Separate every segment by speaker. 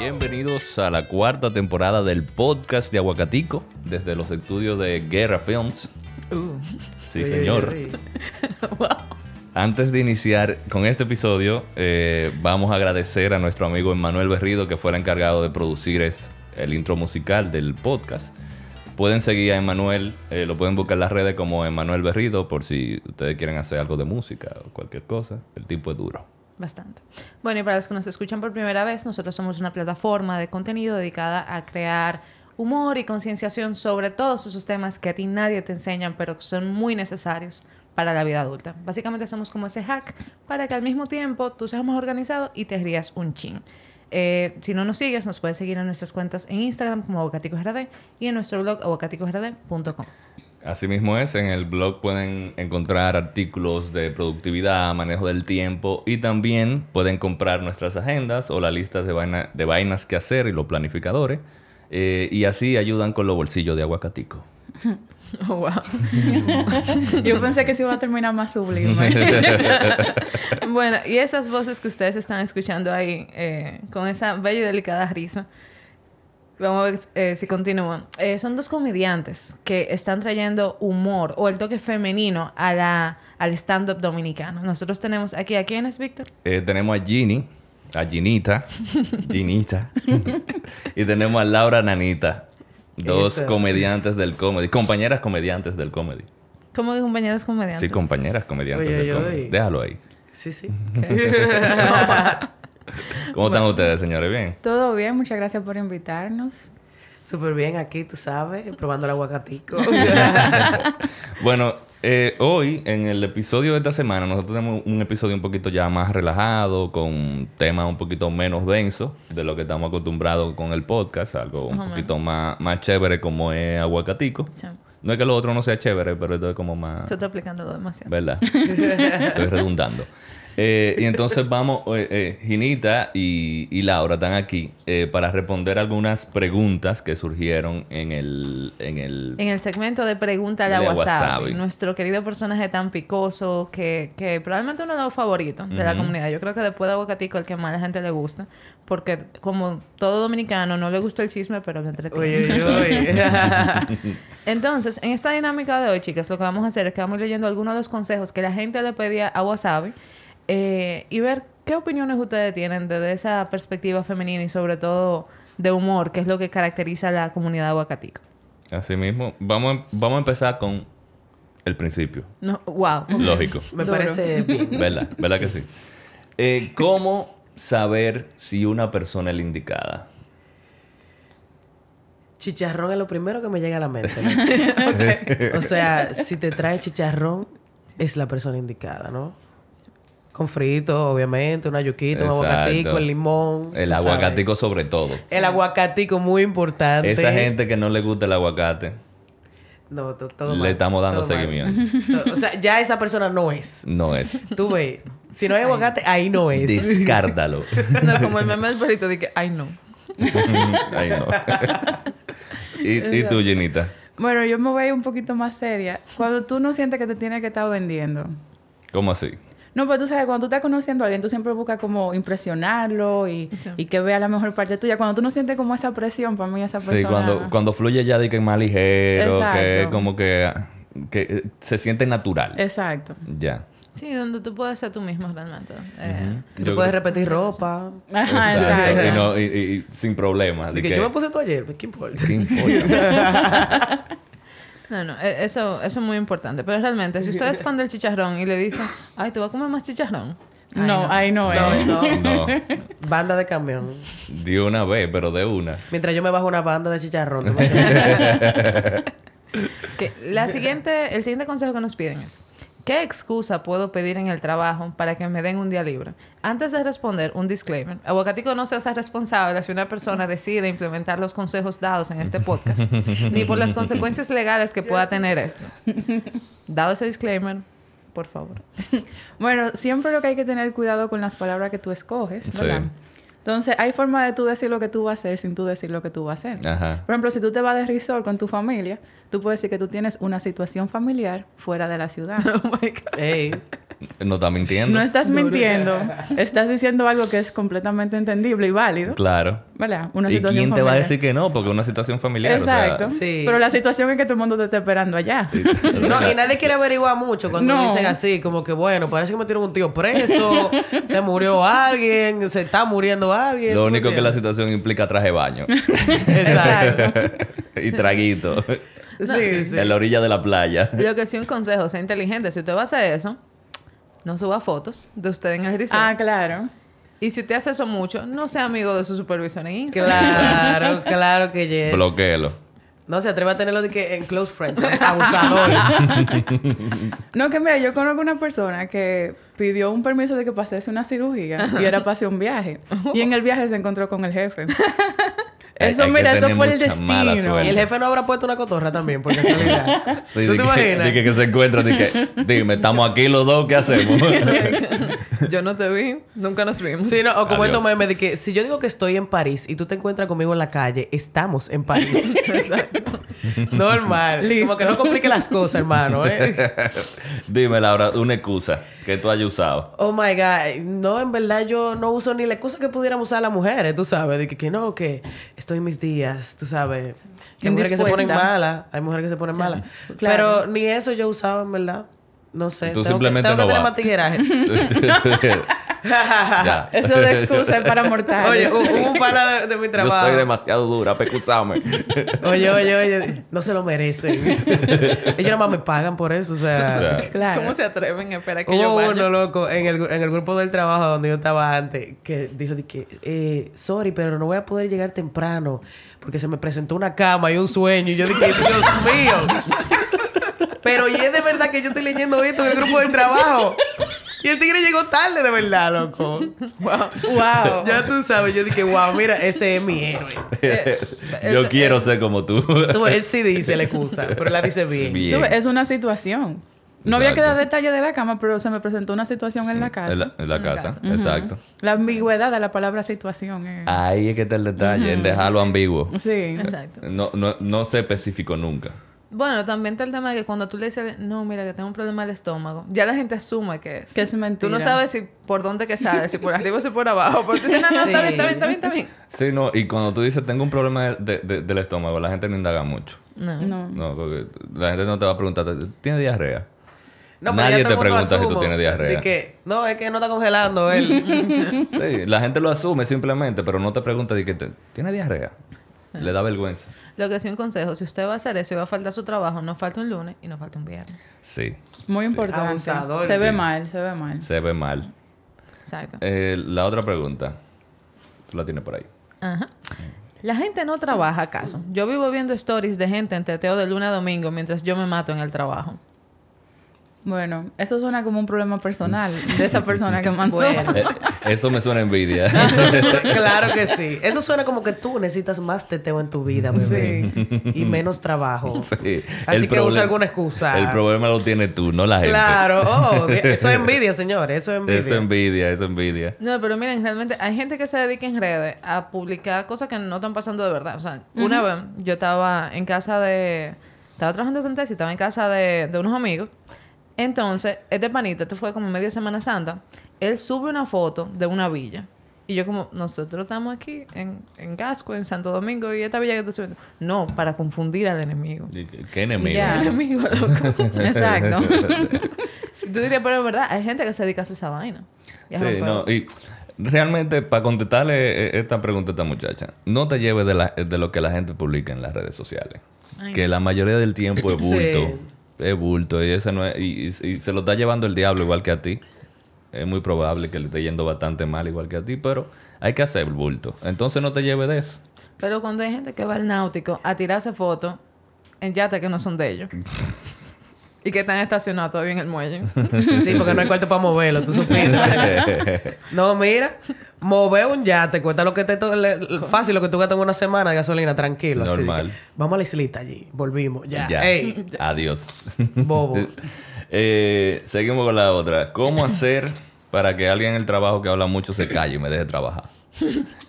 Speaker 1: bienvenidos a la cuarta temporada del podcast de Aguacatico desde los estudios de Guerra Films.
Speaker 2: Uh,
Speaker 1: Sí, señor.
Speaker 2: wow.
Speaker 1: Antes de iniciar con este episodio, eh, vamos a agradecer a nuestro amigo Emanuel Berrido, que fue el encargado de producir es- el intro musical del podcast. Pueden seguir a Emanuel, eh, lo pueden buscar en las redes como Emanuel Berrido, por si ustedes quieren hacer algo de música o cualquier cosa. El tipo es duro.
Speaker 2: Bastante. Bueno, y para los que nos escuchan por primera vez, nosotros somos una plataforma de contenido dedicada a crear humor y concienciación sobre todos esos temas que a ti nadie te enseñan, pero que son muy necesarios para la vida adulta. Básicamente somos como ese hack para que al mismo tiempo tú seas más organizado y te rías un chin. Eh, si no nos sigues, nos puedes seguir en nuestras cuentas en Instagram como abocaticosrd y en nuestro blog abocaticosrd.com.
Speaker 1: Asimismo es, en el blog pueden encontrar artículos de productividad, manejo del tiempo y también pueden comprar nuestras agendas o las listas de, vaina- de vainas que hacer y los planificadores. eh, y así ayudan con los bolsillos de aguacatico.
Speaker 2: Oh, wow.
Speaker 3: Yo pensé que se iba a terminar más sublime.
Speaker 2: Bueno, y esas voces que ustedes están escuchando ahí, eh, con esa bella y delicada risa, vamos a ver eh, si continúan. Eh, son dos comediantes que están trayendo humor o el toque femenino a la, al stand-up dominicano. Nosotros tenemos aquí, ¿a quién es Víctor?
Speaker 1: Eh, tenemos a Ginny, a Ginita, Ginita, y tenemos a Laura Nanita, dos
Speaker 2: Eso.
Speaker 1: comediantes del comedy, compañeras comediantes del comedy.
Speaker 2: ¿Cómo que compañeros comediantes?
Speaker 1: Sí, compañeras comediantes
Speaker 4: Oye,
Speaker 1: del
Speaker 4: oye,
Speaker 1: comedy.
Speaker 4: oye.
Speaker 1: Déjalo ahí.
Speaker 4: Sí, sí.
Speaker 1: ¿Cómo están ustedes, señores? Bien.
Speaker 3: Todo bien, muchas gracias por invitarnos.
Speaker 4: Súper bien aquí, tú sabes, probando el aguacatico.
Speaker 1: Bueno, eh, hoy en el episodio de esta semana nosotros tenemos un episodio un poquito ya más relajado, con temas un poquito menos densos de lo que estamos acostumbrados con el podcast, algo un poquito más, más chévere como es Aguacatico.
Speaker 2: Sí.
Speaker 1: No es que lo otro no sea chévere, pero esto es como más...
Speaker 2: Tú estás aplicándolo demasiado.
Speaker 1: ¿Verdad? Estoy redundando. Eh, y entonces vamos, eh, eh, Ginita y, y Laura están aquí eh, para responder algunas preguntas que surgieron en el, en el
Speaker 2: En el segmento de Pregúntale a
Speaker 1: De
Speaker 2: Wasabi,
Speaker 1: Wasabi.
Speaker 2: nuestro querido personaje tan picoso, que, que probablemente uno de los favoritos de la comunidad. Yo creo que después de Aguacatico, el que más a la gente le gusta, porque como todo dominicano, no le gusta el chisme, pero lo
Speaker 4: Oye,
Speaker 2: entretiene.
Speaker 4: oye, oye.
Speaker 2: Entonces, en esta dinámica de hoy, chicas, lo que vamos a hacer es que vamos leyendo algunos de los consejos que la gente le pedía a Wasabi eh, y ver qué opiniones ustedes tienen desde esa perspectiva femenina y sobre todo de humor, que es lo que caracteriza a la comunidad de Aguacatico.
Speaker 1: Así mismo, vamos, a- vamos a empezar con el principio.
Speaker 2: No, wow. ok.
Speaker 1: Lógico.
Speaker 4: Me
Speaker 2: Duro.
Speaker 4: parece bien.
Speaker 1: ¿Verdad? ¿Verdad que sí? Eh, ¿Cómo saber si una persona es la indicada?
Speaker 4: Chicharrón es lo primero que me llega a la mente. ¿no? o sea, si te trae chicharrón, es la persona indicada, ¿no? Con frito, obviamente, una yuquita, un
Speaker 1: Exacto.
Speaker 4: aguacatico, el limón.
Speaker 1: El
Speaker 4: tú sabes.
Speaker 1: aguacatico sobre todo.
Speaker 4: El aguacatico, muy importante.
Speaker 1: Esa gente que no le gusta el aguacate,
Speaker 4: No, to- todo
Speaker 1: Le
Speaker 4: mal,
Speaker 1: estamos dando
Speaker 4: todo mal.
Speaker 1: seguimiento.
Speaker 4: O sea, ya esa persona no es.
Speaker 1: no es.
Speaker 4: Tú ves. Si no hay aguacate, ahí no es.
Speaker 1: Descártalo.
Speaker 2: No, como el meme del perrito de que, ay no.
Speaker 1: Ay, no. ¿Y, y tú, Jenita?
Speaker 3: Bueno, yo me voy a ir un poquito más seria. Cuando tú no sientes que te tienes que estar vendiendo.
Speaker 1: ¿Cómo así?
Speaker 3: No, pero tú sabes, cuando tú estás conociendo a alguien, tú siempre buscas como impresionarlo y,
Speaker 2: Sí.
Speaker 3: y que vea la mejor parte tuya. Cuando tú no sientes como esa presión, para mí esa persona...
Speaker 1: Sí, cuando, cuando fluye ya de que es más ligero, que
Speaker 3: Exacto.
Speaker 1: como que, que eh, se siente natural.
Speaker 3: Exacto.
Speaker 1: Ya.
Speaker 2: Sí, donde tú puedes ser tú mismo realmente. Eh,
Speaker 4: Tú
Speaker 1: Yo
Speaker 4: puedes
Speaker 1: creo-
Speaker 4: repetir ropa.
Speaker 3: Ajá,
Speaker 1: Exacto.
Speaker 3: exacto.
Speaker 1: Y, no- y- y sin problemas.
Speaker 4: De que yo me puse tú ayer, ¿qué importa?
Speaker 1: ¿Qué importa?
Speaker 2: No, no, e- eso, eso es muy importante. Pero realmente, si usted es fan del chicharrón y le dicen, ay, tú vas a comer más chicharrón.
Speaker 3: No, ahí no es.
Speaker 1: No, no.
Speaker 4: Banda de camión.
Speaker 1: De una vez, pero de una.
Speaker 4: Mientras yo me bajo una banda de chicharrón. ¿tú me crees?
Speaker 2: Que la siguiente, el siguiente consejo que nos piden es, ¿qué excusa puedo pedir en el trabajo para que me den un día libre? Antes de responder, un disclaimer. Aguacatico no se hace responsable si una persona decide implementar los consejos dados en este podcast, ni por las consecuencias legales que pueda tener esto. Dado ese disclaimer, por favor.
Speaker 3: Bueno, siempre lo que hay que tener cuidado con las palabras que tú escoges,
Speaker 1: Sí.
Speaker 3: ¿verdad? Entonces, hay forma de tú decir lo que tú vas a hacer sin tú decir lo que tú vas a hacer.
Speaker 1: Ajá.
Speaker 3: Por ejemplo, si tú te vas de resort con tu familia, tú puedes decir que tú tienes una situación familiar fuera de la ciudad.
Speaker 4: Ey,
Speaker 1: No está mintiendo.
Speaker 3: No estás mintiendo. Estás diciendo algo que es completamente entendible y válido.
Speaker 1: Claro.
Speaker 3: ¿Verdad? Una
Speaker 1: ¿Y
Speaker 3: situación
Speaker 1: quién te va a
Speaker 3: familiar.
Speaker 1: decir que no? Porque una situación familiar. o sea,
Speaker 3: Exacto.
Speaker 4: Sí.
Speaker 3: Pero la situación es que todo el mundo te está esperando allá.
Speaker 4: No, y nadie quiere averiguar mucho cuando
Speaker 3: No.
Speaker 4: dicen así, como que bueno, parece que me tienen un tío preso, se murió alguien, se está muriendo alguien.
Speaker 1: Lo
Speaker 4: ¿tú me
Speaker 1: único que la
Speaker 4: entiendes?
Speaker 1: situación implica traje de baño.
Speaker 4: Exacto.
Speaker 1: y traguito.
Speaker 4: sí, sí.
Speaker 1: En la orilla de la playa.
Speaker 2: Lo que sí un consejo, sea inteligente. Si usted va a hacer eso, no suba fotos de usted en el resort.
Speaker 3: Ah, claro.
Speaker 2: Y si usted hace eso mucho, no sea amigo de su supervisor en Instagram.
Speaker 4: Claro, claro que yes.
Speaker 1: Bloquéelo.
Speaker 4: No se atreve a tenerlo de que en close friends, abusador.
Speaker 3: No, que mira, yo conozco una persona que pidió un permiso de que pasase una cirugía y era para hacer un viaje. Y en el viaje se encontró con el jefe.
Speaker 1: Hay-
Speaker 3: Eso,
Speaker 1: hay que
Speaker 3: mira, eso
Speaker 1: tener
Speaker 3: fue el
Speaker 1: mucha mala
Speaker 3: destino.
Speaker 4: y
Speaker 1: suerte.
Speaker 4: el jefe no habrá puesto una cotorra también, por casualidad.
Speaker 1: Sí,
Speaker 4: ¿Tú
Speaker 1: di
Speaker 4: te
Speaker 1: que,
Speaker 4: imaginas?
Speaker 1: di que, que se encuentran, di que, dime, estamos aquí los dos, ¿qué hacemos?
Speaker 2: Yo no te vi, nunca nos vimos.
Speaker 4: Sí, no, o como
Speaker 1: Adiós.
Speaker 4: estos memes de que si yo digo que estoy en París y tú te encuentras conmigo en la calle, estamos en París. Normal. Como que no complique las cosas, hermano. ¿eh?
Speaker 1: dime, Laura, una excusa que tú hayas usado.
Speaker 4: Oh my God. No, en verdad yo no uso ni la excusa que pudieran usar las mujeres, tú sabes. De que, que no, que estoy en mis días, tú sabes. Hay mujeres que se ponen
Speaker 3: Indispuesta.
Speaker 4: malas. Hay mujeres que se ponen malas.
Speaker 3: claro.
Speaker 4: Pero ni eso yo usaba, en verdad. No sé.
Speaker 1: Tú
Speaker 4: tengo
Speaker 1: simplemente
Speaker 4: que, tengo
Speaker 1: no
Speaker 4: que tener
Speaker 1: vas.
Speaker 4: más tigueraje.
Speaker 1: Ya.
Speaker 3: Eso de excusa es para
Speaker 4: Oye,
Speaker 3: mortales.
Speaker 4: hu- hubo un pana de, de mi
Speaker 1: Yo
Speaker 4: trabajo.
Speaker 1: soy demasiado dura, pecusame.
Speaker 4: Oye, oye, oye, no se lo merecen. Ellos nada más me pagan por eso, o sea.
Speaker 1: O sea,
Speaker 3: Claro.
Speaker 2: ¿Cómo se atreven a esperar que yo
Speaker 4: Hubo
Speaker 2: vaya?
Speaker 4: uno, loco, en el, gru- en el grupo del trabajo donde yo estaba antes, que dijo de que, eh, sorry, pero no voy a poder llegar temprano porque se me presentó una cama y un sueño. Y yo dije, Dios mío. Pero y es de verdad que yo estoy leyendo esto en el grupo del trabajo. Y el tigre llegó tarde, de verdad, loco. Wow.
Speaker 3: Wow.
Speaker 4: Ya tú sabes, yo dije, wow, mira, ese es mi héroe.
Speaker 2: Eh,
Speaker 1: yo quiero ser como tú.
Speaker 4: Tú, él sí dice la excusa, pero la dice bien.
Speaker 3: Tú
Speaker 1: Bien.
Speaker 3: ves, es una situación. No había que
Speaker 1: Exacto.
Speaker 3: dar detalle de la cama, pero se me presentó una situación en la casa.
Speaker 1: En la, en la casa, exacto. Ah.
Speaker 3: La ambigüedad de la palabra situación. eh.
Speaker 1: Ahí es que está el detalle, el dejarlo ambiguo.
Speaker 3: Sí.
Speaker 2: Exacto.
Speaker 1: No, no, no se especificó nunca.
Speaker 2: Bueno, también está el tema de que cuando tú le dices, no, mira, que tengo un problema de estómago, ya la gente asume que es.
Speaker 3: Que es mentira.
Speaker 2: Tú no sabes si por dónde que sale, si por arriba o si por abajo. Porque tú dices, no, no, está bien, está bien, está bien, está bien.
Speaker 1: Sí, no, y cuando tú dices tengo un problema de- de- del estómago, la gente no indaga mucho.
Speaker 2: No.
Speaker 3: No.
Speaker 1: No, porque la gente no te va a preguntar, ¿tienes diarrea?
Speaker 4: pero ya
Speaker 1: Nadie te
Speaker 4: todo el mundo
Speaker 1: pregunta si tú
Speaker 4: asumo
Speaker 1: tienes diarrea.
Speaker 4: de que, no, es que no está congelando él.
Speaker 1: Sí, la gente lo asume simplemente, pero no te pregunta de que te- ¿tienes diarrea? Le da vergüenza.
Speaker 2: Lo que sí un consejo, si usted va a hacer eso y va a faltar su trabajo, no falta un lunes y no falta un viernes.
Speaker 1: Sí,
Speaker 3: Muy importante.
Speaker 4: Abusador,
Speaker 3: se ve
Speaker 1: sí.
Speaker 3: mal, se ve mal.
Speaker 1: se ve mal.
Speaker 2: Exacto.
Speaker 1: Eh, la otra pregunta, tú la tienes por ahí.
Speaker 2: Ajá. La gente no trabaja, ¿acaso? Yo vivo viendo stories de gente en teteo de luna a domingo mientras yo me mato en el trabajo.
Speaker 3: Bueno, eso suena como un problema personal de esa persona que mandó.
Speaker 4: Bueno.
Speaker 1: Eh, eso me suena a envidia.
Speaker 4: Eso su- claro que sí. Eso suena como que tú necesitas más teteo en tu vida, bebé. Y menos trabajo.
Speaker 1: Sí,
Speaker 4: Así
Speaker 1: el
Speaker 4: que
Speaker 1: problem-
Speaker 4: usa alguna excusa.
Speaker 1: El problema lo tienes tú, no la gente.
Speaker 4: Claro. Oh, eso es envidia, señores. Eso es envidia.
Speaker 1: Eso es envidia, eso es envidia.
Speaker 2: No, pero miren, realmente hay gente que se dedica en redes a publicar cosas que no están pasando de verdad. O sea, una vez yo estaba en casa de... Estaba trabajando con Tess y estaba en casa de, de unos amigos. Entonces, este panita, esto fue como medio Semana Santa, él sube una foto de una villa. Y yo como, nosotros estamos aquí en, en Gasco, en Santo Domingo, y esta villa que tú subiendo. No, para confundir al enemigo.
Speaker 1: Qué enemigo.
Speaker 3: Ya.
Speaker 2: Al enemigo, loco.
Speaker 3: Exacto.
Speaker 2: Y Tú dirías, pero es verdad, hay gente que se dedica a hacer esa vaina. Y a
Speaker 1: Sí,
Speaker 2: romper-
Speaker 1: no, y realmente para contestarle eh, esta pregunta a esta muchacha, no te lleves de, la- de lo que la gente publica en las redes sociales, que la mayoría del tiempo es bulto, es bulto y, ese no es- y, y- y se lo está llevando el diablo igual que a ti. Es muy probable que le esté yendo bastante mal igual que a ti, pero hay que hacer el bulto. Entonces no te lleves de eso.
Speaker 2: Pero cuando hay gente que va al náutico a tirarse fotos en yates que no son de ellos. y que están estacionados todavía en el muelle.
Speaker 4: Sí, porque no hay cuarto para moverlo. Tú supiste. No, mira. Mover un yate cuesta lo que te... to- le- le- fácil lo que tú gastas en una semana de gasolina. Tranquilo. así de que,
Speaker 1: Normal.
Speaker 4: vamos a la islita allí. Volvimos. Ya.
Speaker 1: Ya.
Speaker 4: Ey,
Speaker 1: Adiós.
Speaker 4: bobo.
Speaker 1: Eh, seguimos con la otra. ¿Cómo hacer para que alguien en el trabajo que habla mucho se calle y me deje trabajar?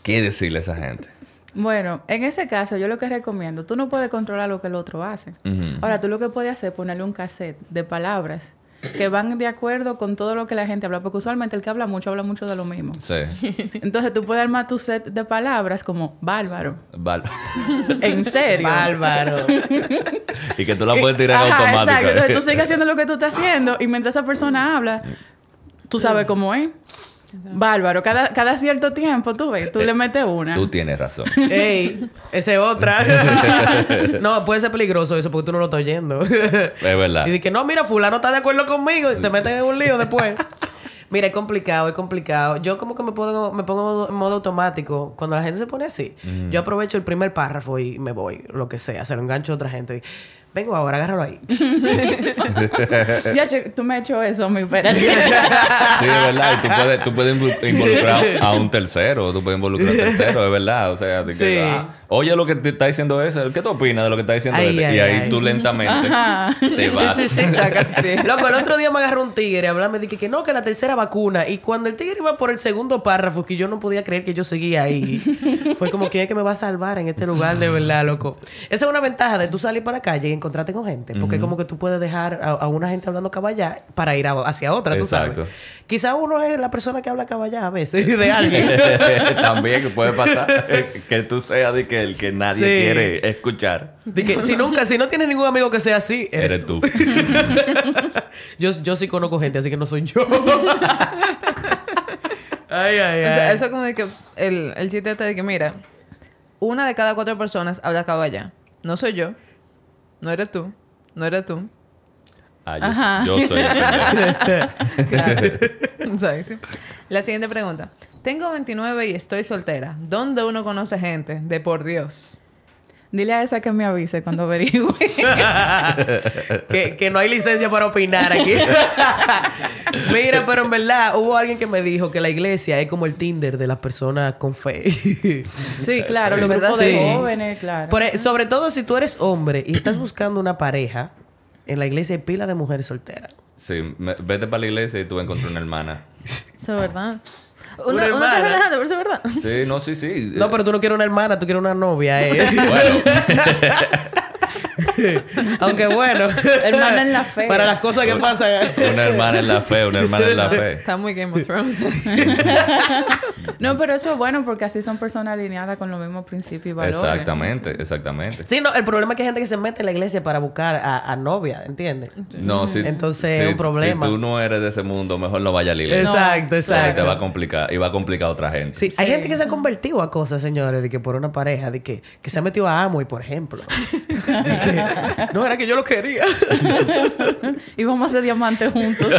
Speaker 1: ¿Qué decirle a esa gente?
Speaker 3: Bueno, en ese caso, yo lo que recomiendo, tú no puedes controlar lo que el otro hace.
Speaker 1: Ujú.
Speaker 3: Ahora, tú lo que puedes hacer es ponerle un cassette de palabras que van de acuerdo con todo lo que la gente habla, porque usualmente el que habla mucho habla mucho de lo mismo.
Speaker 1: Sí.
Speaker 3: Entonces tú puedes armar tu set de palabras como bárbaro,
Speaker 1: Val-
Speaker 3: en serio.
Speaker 4: Bárbaro.
Speaker 1: y que tú la puedes tirar
Speaker 3: Ajá,
Speaker 1: automática.
Speaker 3: Exacto. Entonces tú sigues haciendo lo que tú estás haciendo y mientras esa persona habla, tú sabes cómo es. Bárbaro. Cada, cada cierto tiempo tú ves, tú le metes una.
Speaker 1: Eh, Tú tienes razón.
Speaker 4: Ey, esa es otra. no, puede ser peligroso eso porque tú no lo estás oyendo.
Speaker 1: Es verdad.
Speaker 4: Y de que no, mira, fulano está de acuerdo conmigo y te metes en un lío después. Mira, es complicado, es complicado. Yo como que me, puedo, me pongo en modo automático cuando la gente se pone así. Yo aprovecho el primer párrafo y me voy, lo que sea, se lo engancho a otra gente. Vengo ahora, agárralo ahí.
Speaker 1: eh.
Speaker 3: Ya, che, tú me has hecho eso, mi espérate.
Speaker 1: Sí, es verdad. Y tú puedes, tú puedes invo- involucrar a un tercero. Tú puedes involucrar a un tercero, es verdad. O sea, de que,
Speaker 4: Sí.
Speaker 1: ah, oye lo que te está diciendo ese. ¿Qué tú opinas de lo que está diciendo
Speaker 4: Ay,
Speaker 1: este?
Speaker 4: ay,
Speaker 1: y ahí
Speaker 4: ay.
Speaker 1: tú lentamente
Speaker 3: Ajá.
Speaker 1: te vas.
Speaker 4: Sí, sí, sí.
Speaker 2: Sacas pie.
Speaker 4: Loco, el otro día me agarró un tigre, hablarme de que, que no, que la tercera vacuna. Y cuando el tigre iba por el segundo párrafo, que yo no podía creer que yo seguía ahí, fue como que es que me va a salvar en este lugar, de verdad, loco. Esa es una ventaja de tú salir para la calle y encontrarte con gente, porque como que tú puedes dejar a, a una gente hablando caballá para ir a- hacia otra, tú
Speaker 1: Exacto.
Speaker 4: sabes. Quizá uno es la persona que habla caballá a veces de alguien.
Speaker 1: También que puede pasar que tú seas de que el que nadie
Speaker 4: Sí.
Speaker 1: quiere escuchar.
Speaker 4: De que si nunca, si no tienes ningún amigo que sea así, eres,
Speaker 1: Eres,
Speaker 4: tú.
Speaker 1: tú.
Speaker 4: Yo, yo sí conozco gente, así que no soy yo. ay, ay, ay.
Speaker 2: O sea, eso como de que el, el chiste está de que, mira, una de cada cuatro personas habla caballa. No soy yo, no eres tú, no eres tú.
Speaker 1: Ah, yo,
Speaker 3: Ajá.
Speaker 1: yo soy el pendejo.
Speaker 2: Exacto. La siguiente pregunta. Tengo 29 y estoy soltera. ¿Dónde uno conoce gente? De por Dios.
Speaker 3: Dile a esa que me avise cuando averigüe.
Speaker 4: que, que no hay licencia para opinar aquí. Mira, pero en verdad hubo alguien que me dijo que la iglesia es como el Tinder de las personas con fe.
Speaker 3: Sí, claro,
Speaker 4: Sí.
Speaker 3: los grupos
Speaker 4: Sí.
Speaker 3: de jóvenes, claro.
Speaker 4: Por- e, sobre todo si tú eres hombre y estás buscando una pareja, en la iglesia hay pila de mujeres solteras.
Speaker 1: Sí, me- vete para la iglesia y tú vas a encontrar una hermana.
Speaker 2: Eso es verdad. Uno, uno
Speaker 4: Una
Speaker 2: está
Speaker 4: hermana.
Speaker 2: relajando, pero eso es verdad.
Speaker 1: Sí, no, sí, sí.
Speaker 4: No, pero tú no quieres una hermana, tú quieres una novia. eh.
Speaker 1: Bueno,
Speaker 4: Aunque bueno.
Speaker 3: Hermana en la fe.
Speaker 4: Para las cosas que pasan.
Speaker 1: una hermana en la fe, una hermana en la fe.
Speaker 2: Está muy Game of Thrones.
Speaker 3: No, pero eso es bueno porque así son personas alineadas con los mismos principios y valores.
Speaker 1: Exactamente, exactamente.
Speaker 4: Sí, no, el problema es que hay gente que se mete en la iglesia para buscar a, a novia, ¿entiendes?
Speaker 1: No, si,
Speaker 4: Entonces,
Speaker 1: si-
Speaker 4: es un problema.
Speaker 1: Si tú no eres de ese mundo, mejor no vayas a la iglesia.
Speaker 4: Exacto, exacto.
Speaker 1: Porque te va a complicar y va a complicar a otra gente.
Speaker 4: Sí, hay gente que se ha convertido a cosas, señores, de que por una pareja, de que, que se ha metido a Amoy, por ejemplo. De que, no, era que yo lo quería.
Speaker 3: Y vamos a ser diamantes juntos.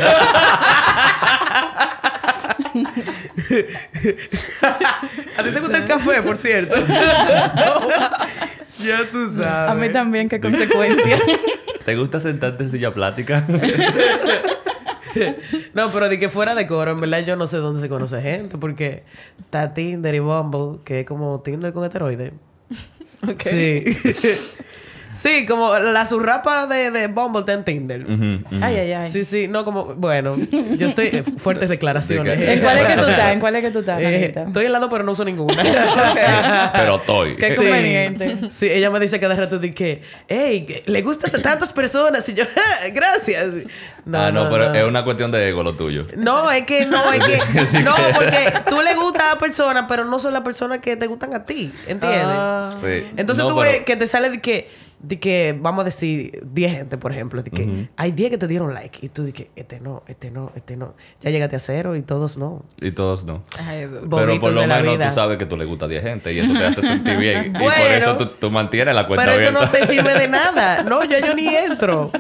Speaker 4: ¿A ti te gusta el café, por cierto? ya tú sabes.
Speaker 3: a mí también, qué consecuencia.
Speaker 1: ¿Te gusta sentarte en silla plática?
Speaker 4: No, pero de que fuera de coro, en verdad yo no sé dónde se conoce gente, porque está Tinder y Bumble, que es como Tinder con esteroides.
Speaker 2: Ok.
Speaker 4: Sí. sí, como la surrapa de, de Bumble está en Tinder.
Speaker 1: Ujú, ujú.
Speaker 3: Ay, ay, ay.
Speaker 4: Sí, sí, no, como, bueno, yo estoy eh, fuertes declaraciones.
Speaker 1: Sí, que-
Speaker 3: ¿En cuál es que tú estás? ¿En cuál es que tú estás?
Speaker 4: Eh,
Speaker 3: Nanita?
Speaker 4: estoy helado, pero no uso ninguna.
Speaker 1: Pero estoy.
Speaker 3: Qué
Speaker 4: Sí.
Speaker 3: conveniente.
Speaker 4: Sí, ella me dice cada rato de que, hey, que le gustas a tantas personas. Y yo, "Ah, gracias. No,
Speaker 1: ah, no, pero
Speaker 4: no.
Speaker 1: es una cuestión de ego lo tuyo.
Speaker 4: No, es que no, es que. No, porque tú le gustas a personas, pero no son las personas que te gustan a ti. ¿Entiendes?
Speaker 2: Ah.
Speaker 1: Sí.
Speaker 4: Entonces
Speaker 1: No,
Speaker 4: tú
Speaker 1: pero-
Speaker 4: ves que te sale de que, de que, vamos a decir, 10 gente, por ejemplo, de que hay 10 que te dieron like y tú de que, este no, este no, este no. Ya llegaste a cero y todos no.
Speaker 1: Y todos no.
Speaker 2: Ay, du-
Speaker 1: Pero por
Speaker 4: Bobitos
Speaker 1: lo
Speaker 4: de la
Speaker 1: menos
Speaker 4: vida.
Speaker 1: tú sabes que tú le gusta a 10 gente y eso te hace sentir bien. y por
Speaker 4: Bueno.
Speaker 1: eso tú, tú mantienes la cuenta
Speaker 4: Pero eso no
Speaker 1: abierta.
Speaker 4: te sirve de nada. No, yo, yo ni entro.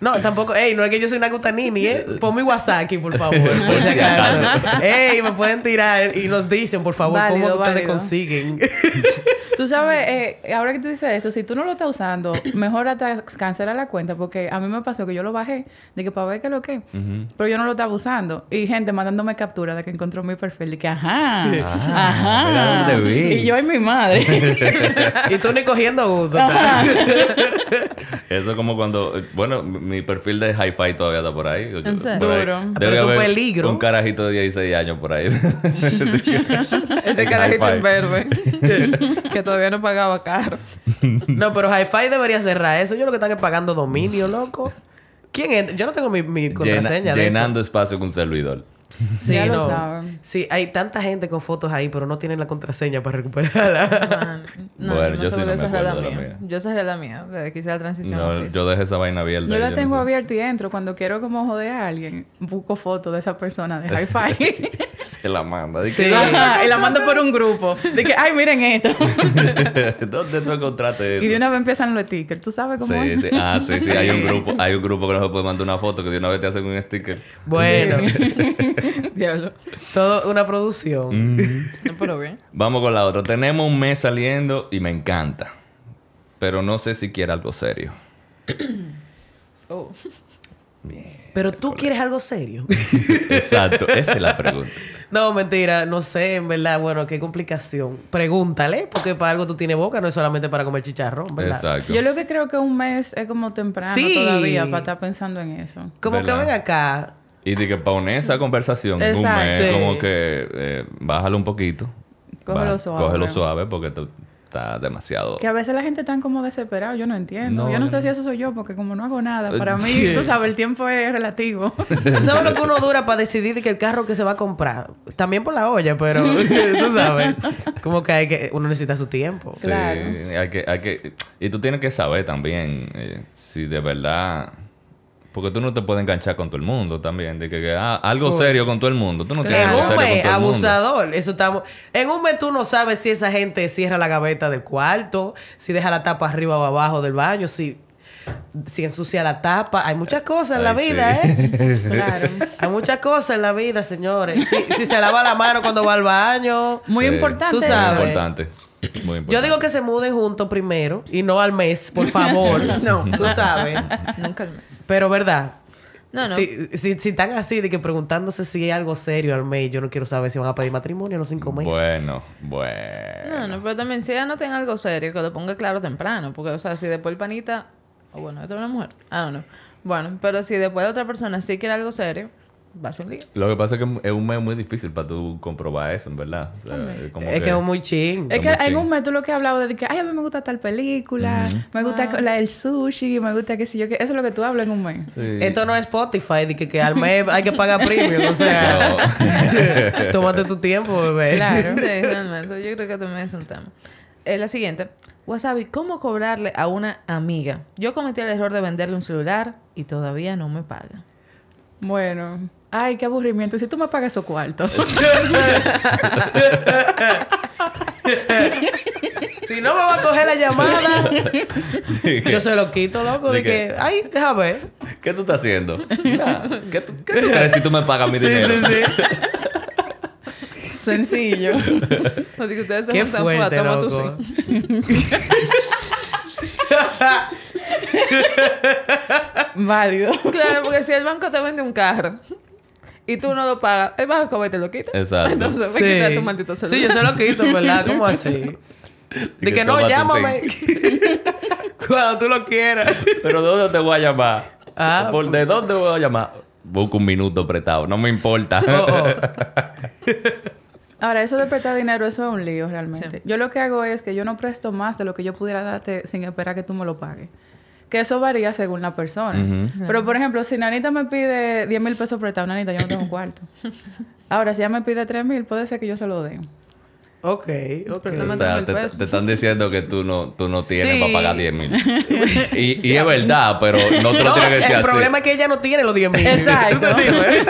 Speaker 4: No, tampoco. Ey, no es que yo soy una gutanini, ¿eh? Pon mi WhatsApp aquí, por favor. Por si acaso. Ey, me pueden tirar y nos dicen, por favor,
Speaker 3: Válido,
Speaker 4: cómo ustedes
Speaker 3: válido.
Speaker 4: consiguen.
Speaker 3: Tú sabes, eh, ahora que tú dices eso, si tú no lo estás usando, mejor hasta cancela la cuenta, porque a mí me pasó que yo lo bajé, de que para ver qué lo que, pero yo no lo estaba usando. Y gente mandándome captura de que encontró mi perfil, de que ajá,
Speaker 1: Ah, mira
Speaker 3: ajá.
Speaker 1: dónde vi.
Speaker 3: Y yo y mi madre.
Speaker 4: y tú ni cogiendo gusto.
Speaker 1: Eso es como cuando... Bueno, mi perfil de hi-fi todavía está por ahí. Yo-
Speaker 2: serio?
Speaker 1: por ahí.
Speaker 3: Duro.
Speaker 1: Debe
Speaker 4: Pero es un
Speaker 1: haber
Speaker 4: peligro.
Speaker 1: Un carajito de 16 años por ahí.
Speaker 2: Ese
Speaker 1: En
Speaker 2: carajito
Speaker 1: hi-fi.
Speaker 2: en verde. que todavía no pagaba caro.
Speaker 4: No, pero Hi-Fi debería cerrar eso. Yo lo que están es pagando dominio, loco. ¿Quién entra? Yo no tengo mi, mi
Speaker 1: Llena-
Speaker 4: contraseña de eso.
Speaker 1: llenando espacio con un servidor.
Speaker 4: Sí,
Speaker 3: Ya lo
Speaker 4: no.
Speaker 3: saben.
Speaker 4: Sí, hay tanta gente con fotos ahí, pero no tienen la contraseña para recuperarla.
Speaker 2: Man, No,
Speaker 1: Bueno,
Speaker 2: no
Speaker 1: yo
Speaker 2: se
Speaker 1: sí
Speaker 2: volvió
Speaker 1: no me
Speaker 2: a cerrar
Speaker 1: acuerdo de la
Speaker 2: mía.
Speaker 1: mía.
Speaker 2: Yo cerré la mía desde que hice la transición. a
Speaker 1: No,
Speaker 2: Facebook.
Speaker 1: yo dejo esa vaina abierta.
Speaker 3: Yo
Speaker 1: ahí,
Speaker 3: la
Speaker 1: no
Speaker 3: tengo
Speaker 1: sé.
Speaker 3: abierta y entro. Cuando quiero como joder a alguien, busco fotos de esa persona de hi-fi.
Speaker 1: Se la manda. Dice,
Speaker 4: Sí.
Speaker 3: Ajá, y la mando por un grupo. De que, ay, miren esto.
Speaker 1: ¿Dónde tú encontraste eso?
Speaker 3: Y de una vez empiezan los stickers. ¿Tú sabes cómo
Speaker 1: Sí,
Speaker 3: es?
Speaker 1: sí. Ah, sí, sí. Hay un grupo, hay un grupo que no se puede mandar una foto que de una vez te hacen un sticker.
Speaker 4: Bueno,
Speaker 3: Diablo.
Speaker 4: todo una
Speaker 1: Mm.
Speaker 4: producción.
Speaker 2: No, pero bien.
Speaker 1: Vamos con la otra. Tenemos un mes saliendo y me encanta. Pero no sé si quiere algo serio.
Speaker 2: Oh.
Speaker 4: Pero tú quieres algo serio.
Speaker 1: Exacto. Esa es la pregunta.
Speaker 4: No, mentira, no sé, en verdad, bueno, qué complicación. Pregúntale, porque para algo tú tienes boca, no es solamente para comer chicharrón, ¿verdad?
Speaker 1: Exacto.
Speaker 3: Yo lo que creo que un mes es como temprano
Speaker 4: Sí.
Speaker 3: todavía para estar pensando en eso.
Speaker 4: Como
Speaker 1: ¿Verdad?
Speaker 4: que ven acá.
Speaker 1: Y de que para unir esa conversación, un
Speaker 3: Exacto.
Speaker 1: mes,
Speaker 4: Sí.
Speaker 1: como que eh, bájalo un poquito.
Speaker 3: Cógelo
Speaker 1: Va-
Speaker 3: suave.
Speaker 1: Cógelo suave porque tú- está demasiado.
Speaker 3: Que a veces la gente está como desesperada, yo no entiendo.
Speaker 1: No,
Speaker 3: yo no
Speaker 1: yo
Speaker 3: sé
Speaker 1: no. Eh,
Speaker 3: si eso soy yo, porque como no hago nada, para mí,
Speaker 1: Sí.
Speaker 3: tú sabes, el tiempo es relativo.
Speaker 4: ¿Tú sabes lo que uno dura para decidir de que el carro que se va a comprar? También por la olla, pero tú sabes. Como que, hay que uno necesita su tiempo.
Speaker 1: Sí,
Speaker 3: Claro.
Speaker 1: hay que, hay que... Y tú tienes que saber también eh, si de verdad... Porque tú no te puedes enganchar con todo el mundo también. De que, que, ah, algo serio con todo el mundo. Tú no tienes
Speaker 4: En
Speaker 1: algo
Speaker 4: un
Speaker 1: serio con
Speaker 4: mes,
Speaker 1: todo el mundo.
Speaker 4: abusador. Eso estamos. En un mes tú no sabes si esa gente cierra la gaveta del cuarto, si deja la tapa arriba o abajo del baño, si, si ensucia la tapa. Hay muchas cosas en la
Speaker 1: Ay,
Speaker 4: vida,
Speaker 1: sí.
Speaker 4: ¿eh?
Speaker 3: claro.
Speaker 4: Hay muchas cosas en la vida, señores. Si, si se lava la mano cuando va al baño.
Speaker 3: Muy
Speaker 1: Sí.
Speaker 3: importante.
Speaker 4: Tú sabes.
Speaker 1: Muy importante. Muy importante.
Speaker 4: Yo digo que se muden juntos primero y no al mes, por favor. no, tú sabes.
Speaker 2: Nunca el mes.
Speaker 4: Pero verdad.
Speaker 2: No, no.
Speaker 4: Si, si, si están así de que preguntándose si hay algo serio al mes, yo no quiero saber si van a pedir matrimonio a los cinco meses.
Speaker 1: Bueno, bueno.
Speaker 2: No, no, pero también si ella no tenga algo serio, que lo ponga claro temprano. Porque, o sea, si después el panita. O bueno, esta es una mujer. Ah, no, no. Bueno, pero si después la otra persona sí quiere algo serio, va a ser un lío.
Speaker 1: Lo que pasa es que es un mes muy difícil para tú comprobar eso, en verdad. O sea, es como
Speaker 4: es que es muy ching.
Speaker 3: Es que
Speaker 1: Está muy
Speaker 3: en
Speaker 1: chill.
Speaker 3: un mes tú lo que hablabas de que, ay, a mí me gusta tal película, me gusta la- el sushi, me gusta qué sé yo, qué. eso es lo que tú hablas en un mes.
Speaker 1: Sí.
Speaker 4: Esto no es Spotify, de que, que al mes hay que pagar premium. O sea, tómate tu tiempo, bebé.
Speaker 3: Claro.
Speaker 2: Sí, realmente. Yo creo que también es un tema. Eh, la siguiente. Wasabi, ¿cómo cobrarle a una amiga? Yo cometí el error de venderle un celular y todavía no me paga.
Speaker 3: Bueno, ay, qué aburrimiento. ¿Y si tú me pagas esos cuartos?
Speaker 4: Si no me va a coger la llamada, yo se lo quito, loco. De
Speaker 1: ¿De qué?
Speaker 4: que, ay, déjame ver.
Speaker 1: ¿Qué tú estás haciendo? Nada. ¿Qué tú, qué tú crees si tú me pagas mi dinero?
Speaker 3: Sencillo.
Speaker 2: No digo, ustedes se
Speaker 4: Qué
Speaker 2: juntan
Speaker 4: fuerte,
Speaker 2: fuera, toma
Speaker 4: loco.
Speaker 2: tú sí.
Speaker 3: Válido.
Speaker 2: Claro, porque si el banco te vende un carro y tú no lo pagas, el banco va y te lo quita.
Speaker 1: Exacto.
Speaker 2: Entonces, ve quita tu maldito
Speaker 4: Sí.
Speaker 2: celular.
Speaker 4: sí, yo se lo quito, ¿verdad? ¿Cómo así? De que no,
Speaker 1: tómate un
Speaker 4: llámame.
Speaker 1: zinc.
Speaker 4: Cuando tú lo quieras.
Speaker 1: Pero ¿dónde te voy a llamar?
Speaker 4: Ah,
Speaker 1: ¿Por de dónde voy a llamar? Busco un minuto apretado, no me importa.
Speaker 4: Oh, oh.
Speaker 3: Ahora, eso de prestar dinero, eso es un lío realmente. Yo lo que hago es que yo no presto más de lo que yo pudiera darte sin esperar que tú me lo pagues. Que eso varía según la persona. Pero, por ejemplo, si Nanita me pide 10 mil pesos prestado, Nanita, yo no tengo cuarto. Ahora, si ella me pide 3 mil, puede ser que yo se lo dé.
Speaker 4: Ok, ok.
Speaker 2: Pero no me-
Speaker 1: O sea,
Speaker 2: mil
Speaker 1: te,
Speaker 2: pesos.
Speaker 1: te están diciendo que tú no, tú no tienes
Speaker 4: Sí.
Speaker 1: para pagar 10 mil. Y, y es verdad, pero no te lo tienes que decir
Speaker 4: el
Speaker 1: así.
Speaker 4: problema es que ella no tiene los 10 mil.
Speaker 3: Exacto.
Speaker 4: Te, digo, ¿eh?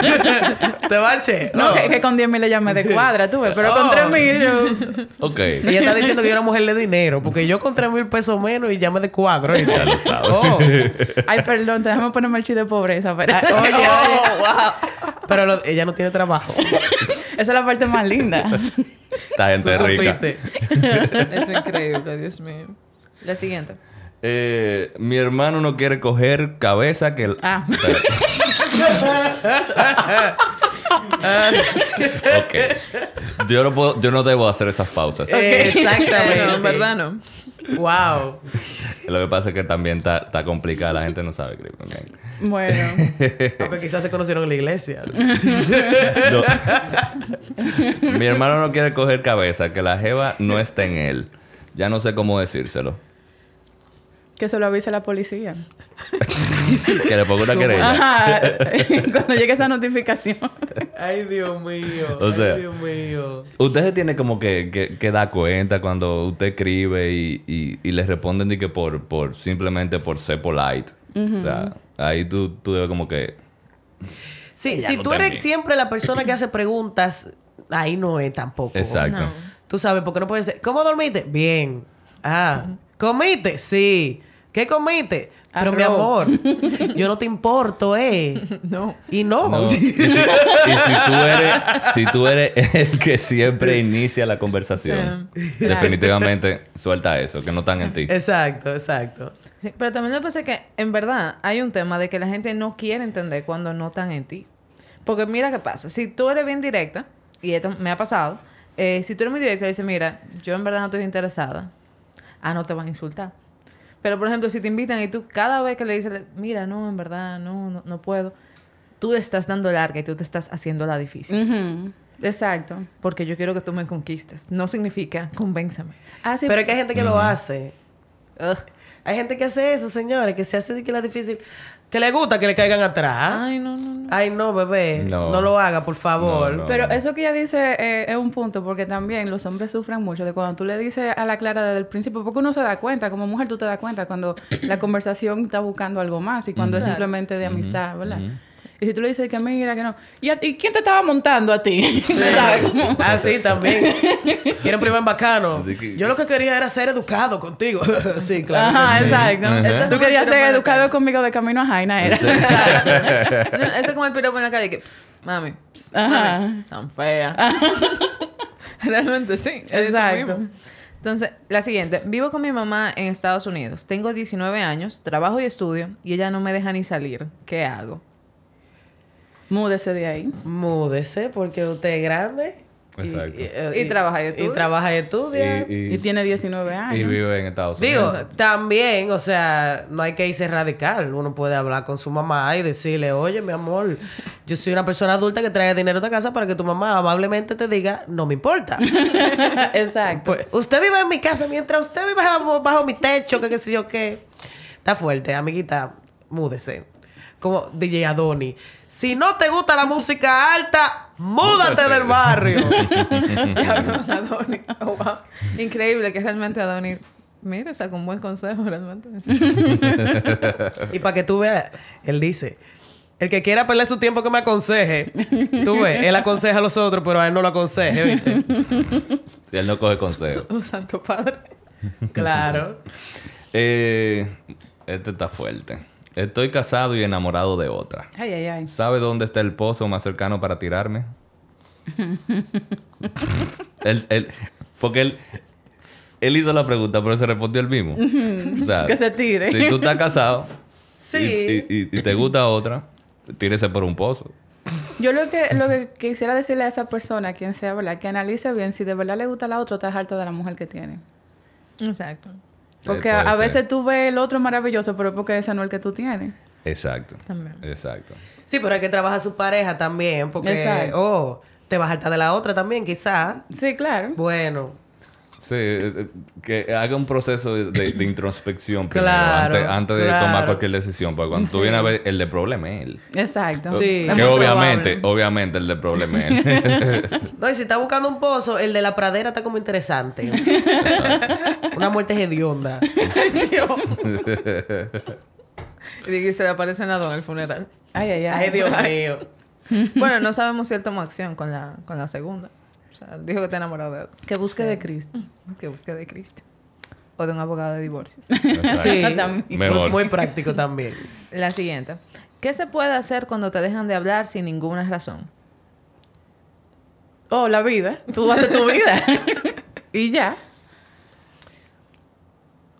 Speaker 4: te bache.
Speaker 3: No,
Speaker 4: Oh.
Speaker 3: que, que con 10 mil ella me dé cuadra, tú ves. Pero
Speaker 4: Oh.
Speaker 3: con 3 mil yo...
Speaker 1: Ok.
Speaker 4: Ella está diciendo que yo era mujer de dinero, porque yo con 3 mil pesos menos y ya me de cuadro. ¿oíste?
Speaker 1: Ya lo sabes.
Speaker 4: Oh.
Speaker 3: Ay, perdón, te déjame ponerme el chiste de pobreza. Pero...
Speaker 4: Ah, Oye, oye.
Speaker 2: Oh, wow.
Speaker 4: pero lo- ella no tiene trabajo.
Speaker 3: Esa es la parte más linda.
Speaker 1: Esta gente es rica.
Speaker 4: supiste?
Speaker 2: Esto es increíble, Dios mío. La siguiente.
Speaker 1: Eh, mi hermano no quiere coger cabeza que... el-
Speaker 3: Ah.
Speaker 1: Espérate. ok. Yo no, puedo, yo no debo hacer esas pausas.
Speaker 4: Eh, Exactamente.
Speaker 2: No, en verdad no.
Speaker 4: Wow.
Speaker 1: Lo que pasa es que también está está complicada. La gente no sabe escribir. bien.
Speaker 3: Bueno.
Speaker 4: Aunque quizás se conocieron en la iglesia.
Speaker 1: No. Mi hermano no quiere coger cabeza, que la jeva no está en él. Ya no sé cómo decírselo.
Speaker 3: Que se lo avise la policía.
Speaker 1: Que le ponga una querella.
Speaker 3: Ajá. Cuando llegue esa notificación.
Speaker 4: Ay, Dios mío.
Speaker 1: O sea-
Speaker 4: Ay, Dios mío.
Speaker 1: Usted se tiene como que, que, que dar cuenta cuando usted escribe y, y, y le responden de que por, por simplemente por ser polite. O sea, ahí tú, tú debes como que...
Speaker 4: Sí,
Speaker 1: Ella
Speaker 4: si
Speaker 1: no
Speaker 4: tú eres
Speaker 1: termina.
Speaker 4: siempre la persona que hace preguntas, ahí no es tampoco.
Speaker 1: Exacto.
Speaker 2: No.
Speaker 4: Tú sabes, porque no puedes decir, ¿cómo dormiste? Bien. Ah, ¿comiste? Sí. ¿Qué comiste? Pero mi
Speaker 3: Arroz.
Speaker 4: amor, yo no te importo, ¿eh?
Speaker 2: No.
Speaker 4: Y no.
Speaker 1: No. Y, si, y si tú eres, si tú eres el que siempre inicia la conversación,
Speaker 2: Sí.
Speaker 1: definitivamente suelta eso, que no están en ti.
Speaker 4: Exacto, exacto.
Speaker 2: Sí, pero también me parece que en verdad hay un tema de que la gente no quiere entender cuando no están en ti. Porque mira qué pasa, si tú eres bien directa, y esto me ha pasado, eh, si tú eres muy directa y dices, mira, yo en verdad no estoy interesada, ah, no te van a insultar. Pero por ejemplo, si te invitan y tú cada vez que le dices, mira, no, en verdad, no, no, no puedo, tú estás dando larga y tú te estás haciendo la difícil.
Speaker 3: Mm. Ujú. Exacto.
Speaker 2: Porque yo quiero que tú me conquistes. No significa convénzame.
Speaker 3: Ah, sí.
Speaker 4: Pero es que hay gente que lo hace.
Speaker 2: Ugh.
Speaker 4: Hay gente que hace eso, señores, que se hace de que la difícil. Que le gusta que le caigan atrás.
Speaker 2: Ay, no, no, no.
Speaker 4: Ay, no, bebé. No,
Speaker 1: No.
Speaker 4: lo haga, por favor.
Speaker 1: No, no.
Speaker 3: Pero eso que ella dice eh, es un punto, porque también los hombres sufren mucho de cuando tú le dices a la Clara desde el principio, porque uno se da cuenta, como mujer tú te das cuenta cuando la conversación está buscando algo más y cuando es
Speaker 2: Claro.
Speaker 3: simplemente de amistad, ¿verdad? Y si tú le dices que mira, que no, ¿y, a- y quién te estaba montando a ti? ¿Sabes? Como-
Speaker 4: Ah, sí, también. Quiero primer bacano.
Speaker 1: Así que-
Speaker 4: Yo lo que quería era ser educado contigo. sí, claro.
Speaker 3: Ajá,
Speaker 1: sí.
Speaker 3: exacto.
Speaker 1: Ajá.
Speaker 2: Eso es
Speaker 3: Tú
Speaker 2: como
Speaker 3: querías
Speaker 2: el tiro
Speaker 3: ser
Speaker 2: por la
Speaker 3: educado
Speaker 2: calle.
Speaker 3: conmigo de camino a Jaina, era.
Speaker 2: No, Eso es como el piropo en la calle que, "Ps, mami, ps,
Speaker 3: Ajá. Ah.
Speaker 2: mami, tan fea. Realmente sí, es
Speaker 3: Exacto.
Speaker 2: eso mismo. Entonces, la siguiente. Vivo con mi mamá en Estados Unidos. Tengo 19 años, trabajo y estudio, y ella no me deja ni salir. ¿Qué hago?
Speaker 3: Múdese de ahí.
Speaker 4: Múdese porque usted es grande. y- eh,
Speaker 1: Exacto.
Speaker 2: Y trabaja y estudia.
Speaker 4: Y trabaja y estudia.
Speaker 1: Y-
Speaker 3: Y tiene 19
Speaker 1: Y
Speaker 3: años.
Speaker 1: vive en Estados Unidos.
Speaker 4: Digo, también, o sea, no hay que irse radical. Uno puede hablar con su mamá y decirle, oye, mi amor, yo soy una persona adulta que trae dinero a esta casa para que tu mamá amablemente te diga, no me importa.
Speaker 3: exacto.
Speaker 4: Pues, usted vive en mi casa mientras usted vive bajo, bajo mi techo, que qué sé yo qué. Está fuerte, amiguita, múdese. Como DJ Adoni. Si no te gusta la música alta, múdate
Speaker 1: Múdate.
Speaker 4: del barrio.
Speaker 2: Diablo, Adonis. Oh, wow. Increíble que realmente Adonis... Mira, sacó un buen consejo realmente.
Speaker 4: Y para que tú veas, él dice, el que quiera perder su tiempo que me aconseje. Tú ves, él aconseja a los otros, pero a él no lo aconseje, ¿viste?
Speaker 1: Y él no coge consejo.
Speaker 2: Oh, santo padre.
Speaker 4: Claro.
Speaker 1: Eh, este está fuerte. Estoy casado y enamorado de otra.
Speaker 3: Ay, ay, ay.
Speaker 1: ¿Sabe dónde está el pozo más cercano para tirarme? él, él- porque él, él hizo la pregunta, pero se respondió él mismo. O sea,
Speaker 3: Que se tire.
Speaker 1: Si tú estás casado
Speaker 4: Sí.
Speaker 1: y, y- y- y te gusta otra, tírese por un pozo.
Speaker 3: Yo lo que, lo que quisiera decirle a esa persona, quien sea, ¿verdad? Que analice bien si de verdad le gusta la otra, estás harta de la mujer que tiene.
Speaker 2: Exacto.
Speaker 3: Porque
Speaker 1: Eh,
Speaker 3: a,
Speaker 1: puede
Speaker 3: a
Speaker 1: ser.
Speaker 3: veces tú ves el otro maravilloso, pero es porque ese no es el que tú tienes.
Speaker 1: Exacto.
Speaker 2: También.
Speaker 1: Exacto.
Speaker 4: Sí, pero hay que trabajar su pareja también, porque,
Speaker 3: Exacto.
Speaker 4: oh, te vas a hartar de la otra también, quizás.
Speaker 3: Sí, claro.
Speaker 4: Bueno.
Speaker 1: Sí, eh, eh, que haga un proceso de, de- de introspección primero,
Speaker 4: Claro,
Speaker 1: antes, antes de
Speaker 4: claro.
Speaker 1: tomar cualquier decisión, porque cuando tú vienes a ver, el de problema es él.
Speaker 3: Exacto.
Speaker 4: Sí.
Speaker 3: Es
Speaker 1: Que
Speaker 3: muy
Speaker 1: obviamente,
Speaker 3: probable.
Speaker 1: obviamente el de problema es él.
Speaker 4: No, y si está buscando un pozo, el de la pradera está como interesante. Una muerte hedionda.
Speaker 2: Y dije, se le aparece en en el funeral.
Speaker 3: Ay, ay, ay.
Speaker 4: Ay, Dios mío.
Speaker 2: Bueno, no sabemos si él tomó acción con la, con la segunda. O sea, dijo que está enamorado de
Speaker 3: Que busque de Cristo.
Speaker 2: que busca de Cristo. O de un abogado de divorcios.
Speaker 4: Sí.
Speaker 3: También.
Speaker 1: Mejor.
Speaker 4: Muy, muy práctico también.
Speaker 2: la siguiente. ¿Qué se puede hacer cuando te dejan de hablar sin ninguna razón?
Speaker 3: Oh, la vida. Tú haces tu vida. y ya.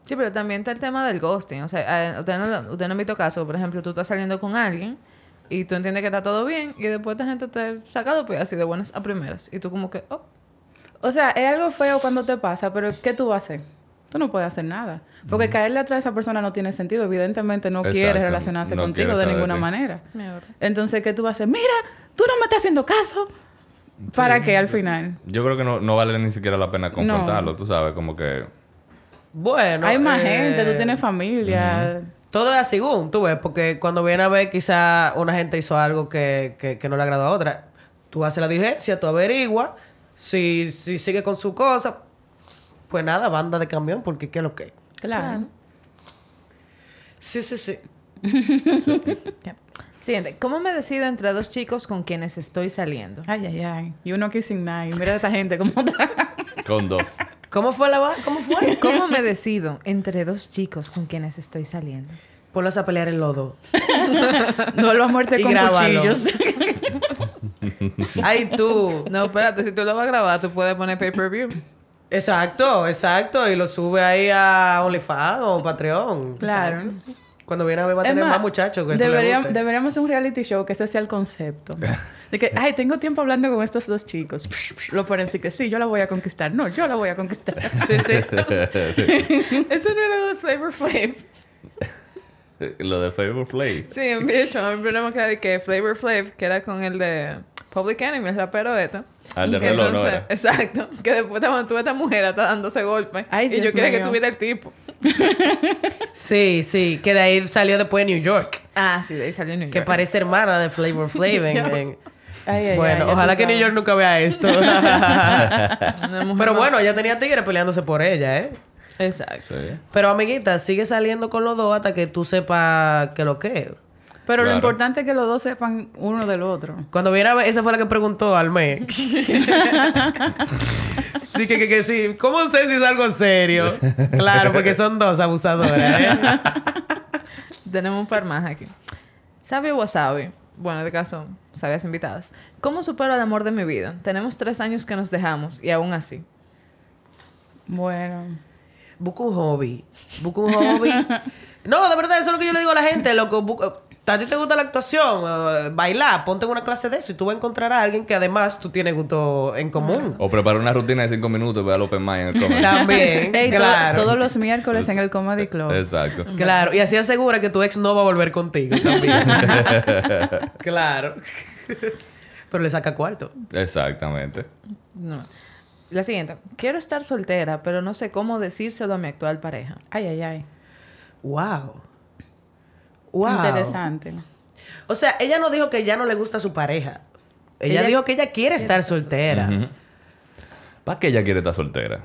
Speaker 2: Sí, pero también está el tema del ghosting. O sea, eh, usted no, usted no ha visto caso. Por ejemplo, tú estás saliendo con alguien y tú entiendes que está todo bien y después esta gente te saca pues así de buenas a primeras. Y tú como que, oh,
Speaker 3: O sea, es algo feo cuando te pasa, pero ¿qué tú vas a hacer? Tú no puedes hacer nada. Porque caerle atrás a esa persona no tiene sentido. Evidentemente no quiere
Speaker 1: Exacto.
Speaker 3: relacionarse
Speaker 1: No
Speaker 3: contigo
Speaker 1: quiere
Speaker 3: de
Speaker 1: saber de
Speaker 3: ninguna
Speaker 1: ti.
Speaker 3: manera.
Speaker 2: me ahorro.
Speaker 3: Entonces, ¿qué tú vas a hacer? Mira, tú no me estás haciendo caso. ¿Para qué al final?
Speaker 1: Yo creo que no, no vale ni siquiera la pena confrontarlo, tú sabes, como que
Speaker 4: Bueno.
Speaker 3: Hay más
Speaker 4: eh,
Speaker 3: gente, tú tienes familia.
Speaker 4: Todo es a según, tú ves, porque cuando viene a ver, quizá una gente hizo algo que, que, que no le agradó a otra. Tú haces la diligencia, tú averiguas. Si, si sigue con su cosa, pues nada, banda de camión, porque qué es lo que. hay.
Speaker 3: Claro.
Speaker 4: Sí, sí, sí.
Speaker 2: Siguiente. ¿Cómo me decido entre dos chicos con quienes estoy saliendo?
Speaker 3: Ay, ay, ay. Y uno aquí sin nadie. Mira a esta gente cómo está.
Speaker 1: Con dos.
Speaker 4: ¿Cómo fue la va? ¿Cómo fue?
Speaker 2: ¿Cómo me decido entre dos chicos con quienes estoy saliendo?
Speaker 4: Ponlos a pelear en lodo.
Speaker 3: Duelo a muerte
Speaker 4: Y
Speaker 3: con
Speaker 4: grábalo.
Speaker 3: cuchillos.
Speaker 4: Ay, tú.
Speaker 2: No, espérate, si tú lo vas a grabar, tú puedes poner pay-per-view.
Speaker 4: Exacto, exacto. Y lo sube ahí a OnlyFans o Patreon.
Speaker 3: Claro.
Speaker 4: Exacto. Cuando viene a ver va a
Speaker 3: Es
Speaker 4: tener
Speaker 3: más,
Speaker 4: más muchachos que tú le
Speaker 3: deberíamos-
Speaker 4: guste.
Speaker 3: deberíamos hacer un reality show que ese sea el concepto. De que, ay, tengo tiempo hablando con estos dos chicos. Lo ponen así que sí, yo la voy a conquistar. No, yo la voy a conquistar.
Speaker 4: Sí, sí.
Speaker 2: Eso no era lo de Flavor Flav.
Speaker 1: Lo de Flavor Play.
Speaker 2: Sí, en hecho, a mí me acuerdo de que Flavor Flav, que era con el de Public Enemy, el rapero esto.
Speaker 1: Ah, el de
Speaker 2: Que
Speaker 1: reloj, ¿no
Speaker 2: entonces-
Speaker 1: era?
Speaker 2: Exacto. Que después estaban tú esta mujer está dándose golpes.
Speaker 3: Ay,
Speaker 2: y
Speaker 3: Dios
Speaker 2: yo quería que
Speaker 3: mío.
Speaker 2: tuviera el tipo.
Speaker 4: Sí, sí. Que de ahí salió después de New York.
Speaker 2: Ah, sí, de ahí salió New
Speaker 4: Que parece hermana de Flavor Flav. en- en-
Speaker 3: Ay, ay,
Speaker 4: Bueno,
Speaker 3: ay, ya
Speaker 4: ojalá
Speaker 3: tú
Speaker 4: que New
Speaker 3: sabes.
Speaker 4: York nunca vea esto. Pero bueno, ella tenía tigres peleándose por ella, ¿eh?
Speaker 2: Exacto.
Speaker 1: Sí.
Speaker 4: Pero amiguita, sigue saliendo con los dos hasta que tú sepas que lo que es.
Speaker 1: Claro.
Speaker 3: Pero lo importante es que los dos sepan uno del otro.
Speaker 4: Cuando viene a ver, esa fue la que preguntó al mes. sí, que, que, que sí. ¿Cómo sé si es algo serio? Claro, porque son dos abusadoras, ¿eh?
Speaker 2: Tenemos un par más aquí. Sabe Wasabi. Bueno, de caso, sabias invitadas. ¿Cómo supero el amor de mi vida? Tenemos tres años que nos dejamos y aún así.
Speaker 3: Bueno.
Speaker 4: Busca un hobby. Busca un hobby. No, de verdad, eso es lo que yo le digo a la gente. Loco, busca- ¿A ti te gusta la actuación? eh, bailar, ponte en una clase de eso y tú vas a encontrar a alguien que además tú tienes gusto en común.
Speaker 1: O preparar una rutina de cinco minutos para el Open Mind en el comedy.
Speaker 4: También,
Speaker 3: Ey, to-
Speaker 4: claro.
Speaker 3: todos los miércoles en el Comedy Club.
Speaker 1: Exacto.
Speaker 4: Claro, y así asegura que tu ex no va a volver contigo también. claro. Pero le saca cuarto.
Speaker 1: Exactamente.
Speaker 2: No. La siguiente. Quiero estar soltera, pero no sé cómo decírselo a mi actual pareja.
Speaker 3: Ay, ay, ay.
Speaker 4: Wow. Wow.
Speaker 3: Interesante.
Speaker 4: O sea, ella no dijo que ya no le gusta su pareja. Ella,
Speaker 3: Ella-
Speaker 4: dijo que ella quiere estar soltera.
Speaker 1: ¿Para qué ella quiere estar soltera?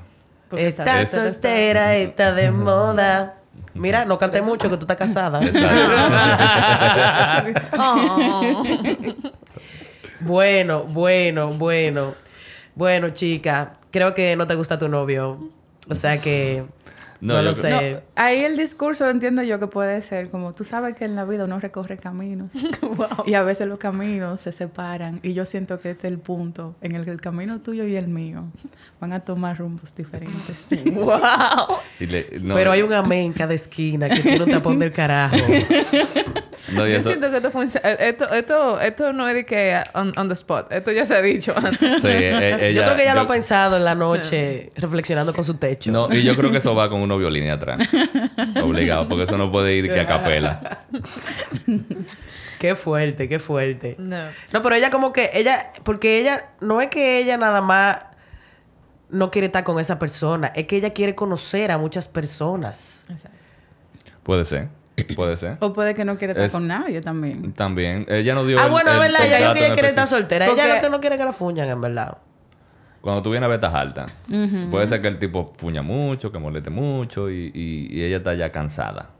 Speaker 2: Porque
Speaker 4: Está,
Speaker 2: está-
Speaker 4: soltera, está de moda. Mira, no cante mucho que tú estás casada.
Speaker 2: Oh.
Speaker 4: bueno, bueno, bueno. Bueno, chica, creo que no te gusta tu novio. O sea que no,
Speaker 1: No,
Speaker 4: lo
Speaker 1: yo-
Speaker 4: sé.
Speaker 3: No, ahí el discurso entiendo yo que puede ser como tú sabes que en la vida uno recorre caminos y a veces los caminos se separan y yo siento que este es el punto en el que el camino tuyo y el mío van a tomar rumbos diferentes.
Speaker 2: wow.
Speaker 1: Y le- no,
Speaker 4: Pero hay un amén en cada esquina que tiene un tapón del carajo.
Speaker 1: no, y
Speaker 2: Yo
Speaker 1: eso-
Speaker 2: siento que esto fue un- eh, esto, esto, esto no es de que on, on the spot. Esto ya se ha dicho antes.
Speaker 1: Sí, e-
Speaker 4: yo
Speaker 1: ella-
Speaker 4: creo que ella lo ha
Speaker 1: yo-
Speaker 4: pensado en la noche, reflexionando con su techo.
Speaker 1: No, y yo creo que eso va con unos violines atrás. Obligado, porque eso no puede ir que a capela.
Speaker 4: Qué fuerte, qué fuerte.
Speaker 2: No.
Speaker 4: No, pero ella como que, ella, porque ella, no es que ella nada más no quiere estar con esa persona, es que ella quiere conocer a muchas personas.
Speaker 2: Exacto.
Speaker 1: Puede ser, puede ser.
Speaker 3: O puede que no quiera estar
Speaker 1: Es-
Speaker 3: con nadie también.
Speaker 1: También, ella no dio
Speaker 4: ah,
Speaker 1: el-
Speaker 4: bueno, es
Speaker 1: el-
Speaker 4: verdad,
Speaker 1: el
Speaker 4: ella dijo
Speaker 1: dato
Speaker 4: que
Speaker 1: en
Speaker 4: ella quiere estar
Speaker 1: específico.
Speaker 4: soltera, ella
Speaker 3: Porque-
Speaker 4: lo que no quiere es que la fuñan, en verdad.
Speaker 1: Cuando tú vienes a ver, estás alta. Puede ser que el tipo fuña mucho, que moleste mucho y, y- y ella está ya cansada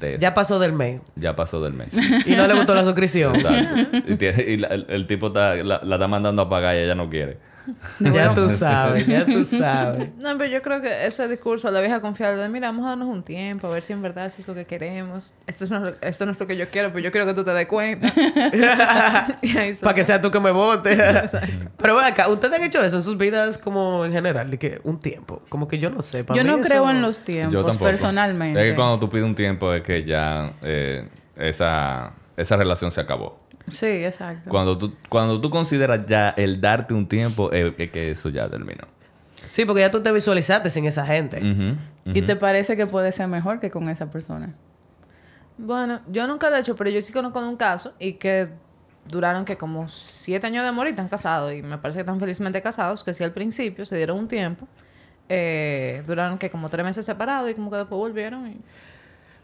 Speaker 1: de eso. Ya,
Speaker 4: Ya pasó del mes
Speaker 1: pasó del mes.
Speaker 4: y no le gustó la suscripción.
Speaker 1: Exacto. Y, tiene- y la- el, el tipo está, la, la está mandando a pagar y ella no quiere.
Speaker 4: ya tú sabes, ya tú sabes.
Speaker 2: No, pero yo creo que ese discurso a la vieja confiable de, mira, vamos a darnos un tiempo, a ver si en verdad eso es lo que queremos. Esto, es no, esto no es lo que yo quiero, pero yo quiero que tú te des cuenta. y ahí se-
Speaker 4: Para que sea tú que me vote. Pero ven acá, ¿ustedes han hecho eso en sus vidas como en general? De que un tiempo. Como que yo no sé. pa'
Speaker 3: Yo
Speaker 4: mí
Speaker 3: no
Speaker 4: eso-
Speaker 3: creo en los
Speaker 1: Yo
Speaker 3: tiempos,
Speaker 1: tampoco.
Speaker 3: personalmente.
Speaker 1: Es que cuando tú pides un tiempo es que ya eh, esa, esa relación se acabó.
Speaker 3: Sí, exacto.
Speaker 1: Cuando tú, cuando tú consideras ya el darte un tiempo, es es que eso ya terminó.
Speaker 4: Sí, porque ya tú te visualizaste sin esa gente.
Speaker 1: Ujú.
Speaker 3: Y te parece que puede ser mejor que con esa persona.
Speaker 2: Bueno, yo nunca lo he hecho, pero yo sí conozco de un caso y que duraron que como siete años de amor y están casados. Y me parece que están felizmente casados, que sí al principio se dieron un tiempo eh, duraron que como tres meses separados y como que después volvieron. Y...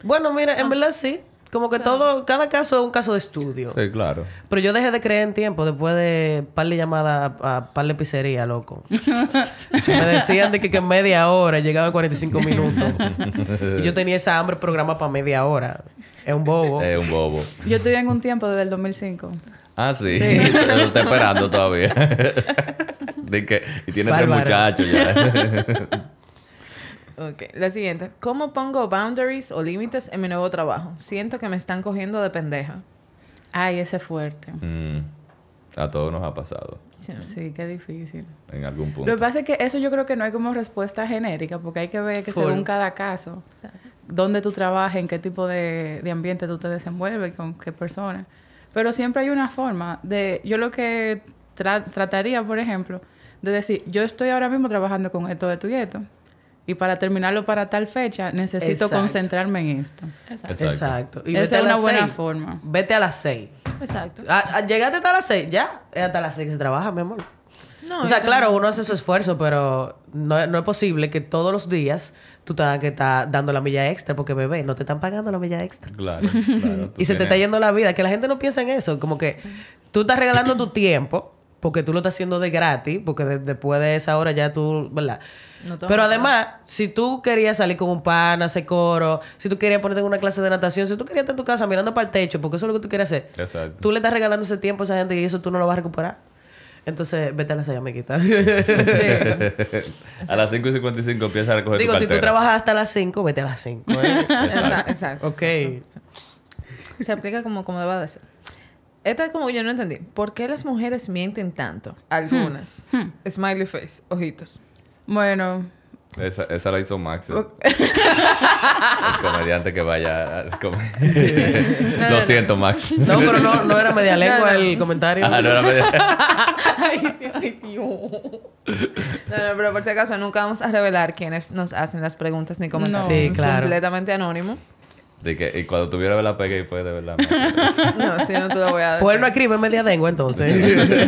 Speaker 4: Bueno, mira,
Speaker 3: Ah.
Speaker 4: en verdad sí. Como que todo, cada caso es un caso de estudio.
Speaker 1: Sí, claro.
Speaker 4: Pero yo dejé de creer en tiempo después de par de llamadas a, a par de pizzería, loco. Me decían de que, que en media hora llegaba en 45 minutos. Y yo tenía esa hambre programada para media hora. Es un bobo.
Speaker 1: Es un bobo.
Speaker 3: Yo estuve en un tiempo desde el 2005.
Speaker 1: Ah, sí. Lo está esperando todavía. De que, y tiene
Speaker 4: Bárbaro.
Speaker 1: tres muchachos ya.
Speaker 2: Ok, la siguiente. ¿Cómo pongo boundaries o límites en mi nuevo trabajo? Siento que me están cogiendo de pendeja.
Speaker 3: Ay, ese es fuerte.
Speaker 1: Mm. A todos nos ha pasado
Speaker 2: Sí.
Speaker 3: Sí, qué difícil.
Speaker 1: en algún punto.
Speaker 3: Lo que pasa es que eso yo creo que no hay como respuesta genérica, porque hay que ver que
Speaker 4: Full.
Speaker 3: según cada caso, dónde tú trabajas, en qué tipo de, de ambiente tú te desenvuelves, con qué persona. Pero siempre hay una forma de, yo lo que tra- trataría, por ejemplo, de decir, yo estoy ahora mismo trabajando con esto, esto y esto. Y para terminarlo para tal fecha, necesito
Speaker 4: Exacto.
Speaker 3: concentrarme en esto.
Speaker 2: Exacto.
Speaker 1: Exacto.
Speaker 4: Exacto. Y
Speaker 3: Esa
Speaker 4: vete
Speaker 3: es
Speaker 4: a
Speaker 3: una
Speaker 4: las
Speaker 3: buena
Speaker 4: seis.
Speaker 3: forma.
Speaker 4: Vete a las 6.
Speaker 2: Exacto.
Speaker 4: Ah, llegaste hasta las 6, ya. Es hasta las 6 que se trabaja, mi amor.
Speaker 2: No,
Speaker 4: o sea,
Speaker 2: yo
Speaker 4: claro, uno hace su esfuerzo, pero no, es- no es posible que todos los días tú tengas que estar dando la milla extra porque, bebé, no te están pagando la milla extra.
Speaker 1: Claro, claro. tú
Speaker 4: Y se te
Speaker 1: tienes-
Speaker 4: está yendo la vida. Que la gente no piensa en eso. Como que tú estás regalando tu tiempo porque tú lo estás haciendo de gratis, porque de- después de esa hora ya tú, ¿verdad?
Speaker 2: No te vas
Speaker 4: Pero
Speaker 2: a
Speaker 4: además, si tú querías salir con un pan, hacer coro, si tú querías ponerte en una clase de natación, si tú querías estar en tu casa mirando para el techo, porque eso es lo que tú quieres hacer,
Speaker 1: Exacto.
Speaker 4: tú le estás regalando ese tiempo a esa gente y eso tú no lo vas a recuperar. Entonces, vete a la silla, amiguita.
Speaker 1: a las 5 y 55 empiezas a recoger
Speaker 4: Digo,
Speaker 1: tu
Speaker 4: si tú
Speaker 1: cartera.
Speaker 4: trabajas hasta las 5, vete a las ¿eh? 5.
Speaker 2: Exacto.
Speaker 1: Exacto.
Speaker 2: exacto.
Speaker 4: Ok.
Speaker 2: Se aplica como, como deba de ser. Esta es como yo no entendí. ¿Por qué las mujeres mienten tanto? Algunas. Smiley face, ojitos.
Speaker 3: Bueno,
Speaker 1: Esa, esa la hizo Max. El, el comediante que vaya al com-
Speaker 2: no,
Speaker 1: Lo
Speaker 2: no.
Speaker 1: siento, Max.
Speaker 4: No, pero no, no era media lengua
Speaker 2: No, no.
Speaker 4: el comentario.
Speaker 1: Ah, no era media-
Speaker 2: Ay, Dios, ay, Dios. No, no, pero por si acaso nunca vamos a revelar quiénes nos hacen las preguntas ni comentarios.
Speaker 3: No. Sí,
Speaker 2: Eso es
Speaker 4: claro.
Speaker 2: completamente anónimo.
Speaker 1: Así que, y cuando tuviera la pegué y fue de verdad. Max.
Speaker 2: No, si no te lo voy a decir.
Speaker 4: Pues él no escribe media lengua, entonces.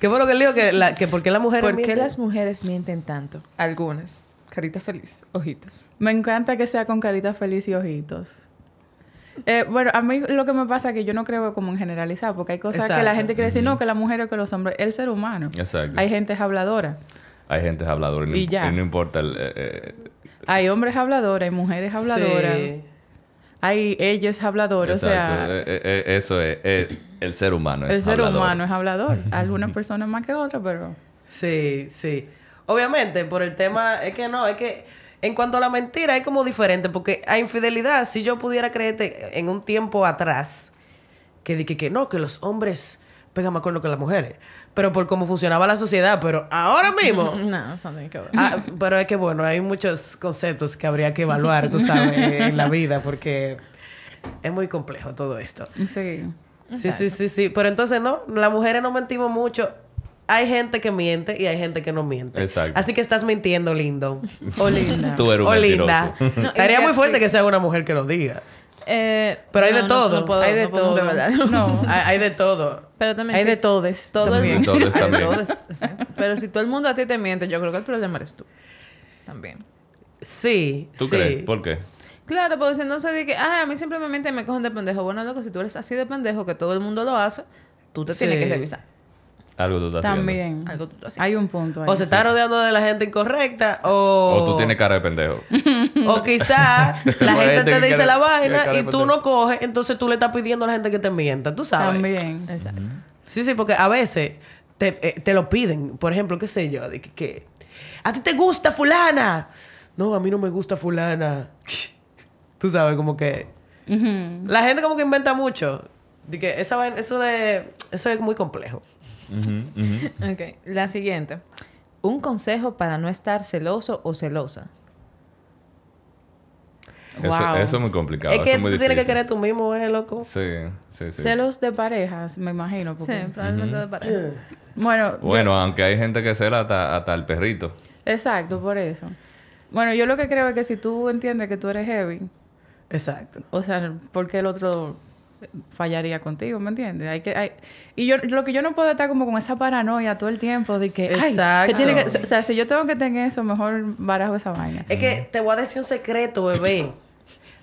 Speaker 4: ¿Qué fue lo que él dijo? Que, la, que ¿Por qué las mujeres
Speaker 2: ¿Por qué
Speaker 4: mienten?
Speaker 2: las mujeres mienten tanto? Algunas. Carita feliz, ojitos.
Speaker 3: Me encanta que sea con carita feliz y ojitos. Eh, bueno, a mí lo que me pasa es que yo no creo como en generalizar, porque hay cosas que la
Speaker 4: Exacto.
Speaker 3: gente quiere decir, no, que las mujeres o que los hombres, el ser humano.
Speaker 1: Exacto.
Speaker 3: Hay gente es habladora,
Speaker 1: Hay gente habladora y no,
Speaker 3: Y ya.
Speaker 1: y no importa el, eh, eh,
Speaker 3: hay hombres habladores, hay mujeres habladoras,
Speaker 4: Sí.
Speaker 3: hay ellas habladoras,
Speaker 1: exacto.
Speaker 3: o sea,
Speaker 1: Eh, eh, eh, eso es, eh, el ser humano.
Speaker 3: el
Speaker 1: es
Speaker 3: ser
Speaker 1: hablador.
Speaker 3: humano es hablador. Algunas personas más que otras, pero
Speaker 4: Sí, sí. Obviamente, por el tema, es que no, es que en cuanto a la mentira es como diferente, porque a infidelidad, si yo pudiera creerte en un tiempo atrás, que dije que no, que los hombres pegan más con lo que las mujeres, pero por cómo funcionaba la sociedad, pero ahora mismo...
Speaker 2: No, eso no tiene que ver.
Speaker 4: Ah, pero es que bueno, hay muchos conceptos que habría que evaluar, tú sabes, en la vida, porque es muy complejo todo esto.
Speaker 3: sí.
Speaker 4: Sí, sí, sí, sí. Pero entonces no, las mujeres no mentimos mucho. Hay gente que miente y hay gente que no miente.
Speaker 1: Exacto.
Speaker 4: Así que estás mintiendo, lindo.
Speaker 3: O linda.
Speaker 1: Tú eres un
Speaker 4: o
Speaker 1: mentiroso.
Speaker 4: linda.
Speaker 2: No,
Speaker 4: Estaría
Speaker 2: y
Speaker 4: muy
Speaker 2: fíjate-
Speaker 4: fuerte que sea una mujer que lo diga.
Speaker 2: Eh,
Speaker 4: Pero hay de todo.
Speaker 2: puedo-
Speaker 3: hay de
Speaker 2: no podemos
Speaker 3: todo.
Speaker 2: revelarlo.
Speaker 3: No,
Speaker 4: Hay, hay de todo.
Speaker 2: Pero también
Speaker 3: hay
Speaker 2: sí.
Speaker 3: de todes.
Speaker 2: Todo
Speaker 3: también.
Speaker 2: el
Speaker 1: De todos
Speaker 2: Hay de
Speaker 1: también.
Speaker 2: todos, exacto. Pero si todo el mundo a ti te miente, yo creo que el problema eres tú. También.
Speaker 4: Sí.
Speaker 1: ¿Tú
Speaker 4: sí.
Speaker 1: crees? ¿Por qué?
Speaker 2: Claro, porque si no se dice que, ah, a mí simplemente me cogen de pendejo. Bueno, loco, si tú eres así de pendejo que todo el mundo lo hace, tú te tienes
Speaker 4: Sí.
Speaker 2: que revisar.
Speaker 1: Algo tú estás haciendo.
Speaker 3: También.
Speaker 2: Algo tú estás haciendo.
Speaker 3: Hay un punto ahí.
Speaker 4: O se está rodeando de la gente incorrecta o...
Speaker 1: O tú tienes cara de pendejo.
Speaker 4: O quizás la
Speaker 1: Hay
Speaker 4: gente
Speaker 1: gente
Speaker 4: te
Speaker 1: que
Speaker 4: dice
Speaker 1: quiere-
Speaker 4: la
Speaker 1: quiere
Speaker 4: vaina
Speaker 1: cara
Speaker 4: y
Speaker 1: de
Speaker 4: tú
Speaker 1: pendejo.
Speaker 4: no coges, entonces tú le estás pidiendo a la gente que te mienta, tú sabes.
Speaker 3: También.
Speaker 2: Exacto.
Speaker 4: Sí, sí, porque a veces te, eh, te lo piden, por ejemplo, qué sé yo, de que, que, a ti te gusta fulana. No, a mí no me gusta fulana. Tú sabes, como que
Speaker 3: Ujú.
Speaker 4: la gente como que inventa mucho. De que esa vaina- eso de eso es muy complejo.
Speaker 1: Ujú, ujú.
Speaker 2: Ok, la siguiente. Un consejo para no estar celoso o celosa.
Speaker 1: Eso,
Speaker 3: Wow.
Speaker 1: eso es muy complicado.
Speaker 4: es que
Speaker 1: eso
Speaker 4: tú
Speaker 1: muy
Speaker 4: tienes que
Speaker 1: difícil.
Speaker 4: querer tú mismo, eh, loco.
Speaker 1: Sí, sí, sí.
Speaker 3: Celos de parejas, me imagino.
Speaker 2: Sí,
Speaker 3: Porque...
Speaker 2: probablemente de pareja.
Speaker 3: Bueno,
Speaker 1: Bueno, aunque hay gente que cela hasta, hasta el perrito.
Speaker 3: Exacto, por eso. Bueno, yo lo que creo es que si tú entiendes que tú eres heavy,
Speaker 4: Exacto.
Speaker 3: o sea, ¿por qué el otro fallaría contigo, ¿me entiendes? Hay que, hay- y yo lo que yo no puedo estar como con esa paranoia todo el tiempo de que, ay, que tiene que-
Speaker 4: Exacto.
Speaker 3: o sea, si yo tengo que tener eso, mejor barajo esa vaina.
Speaker 4: Es que te voy a decir un secreto, bebé.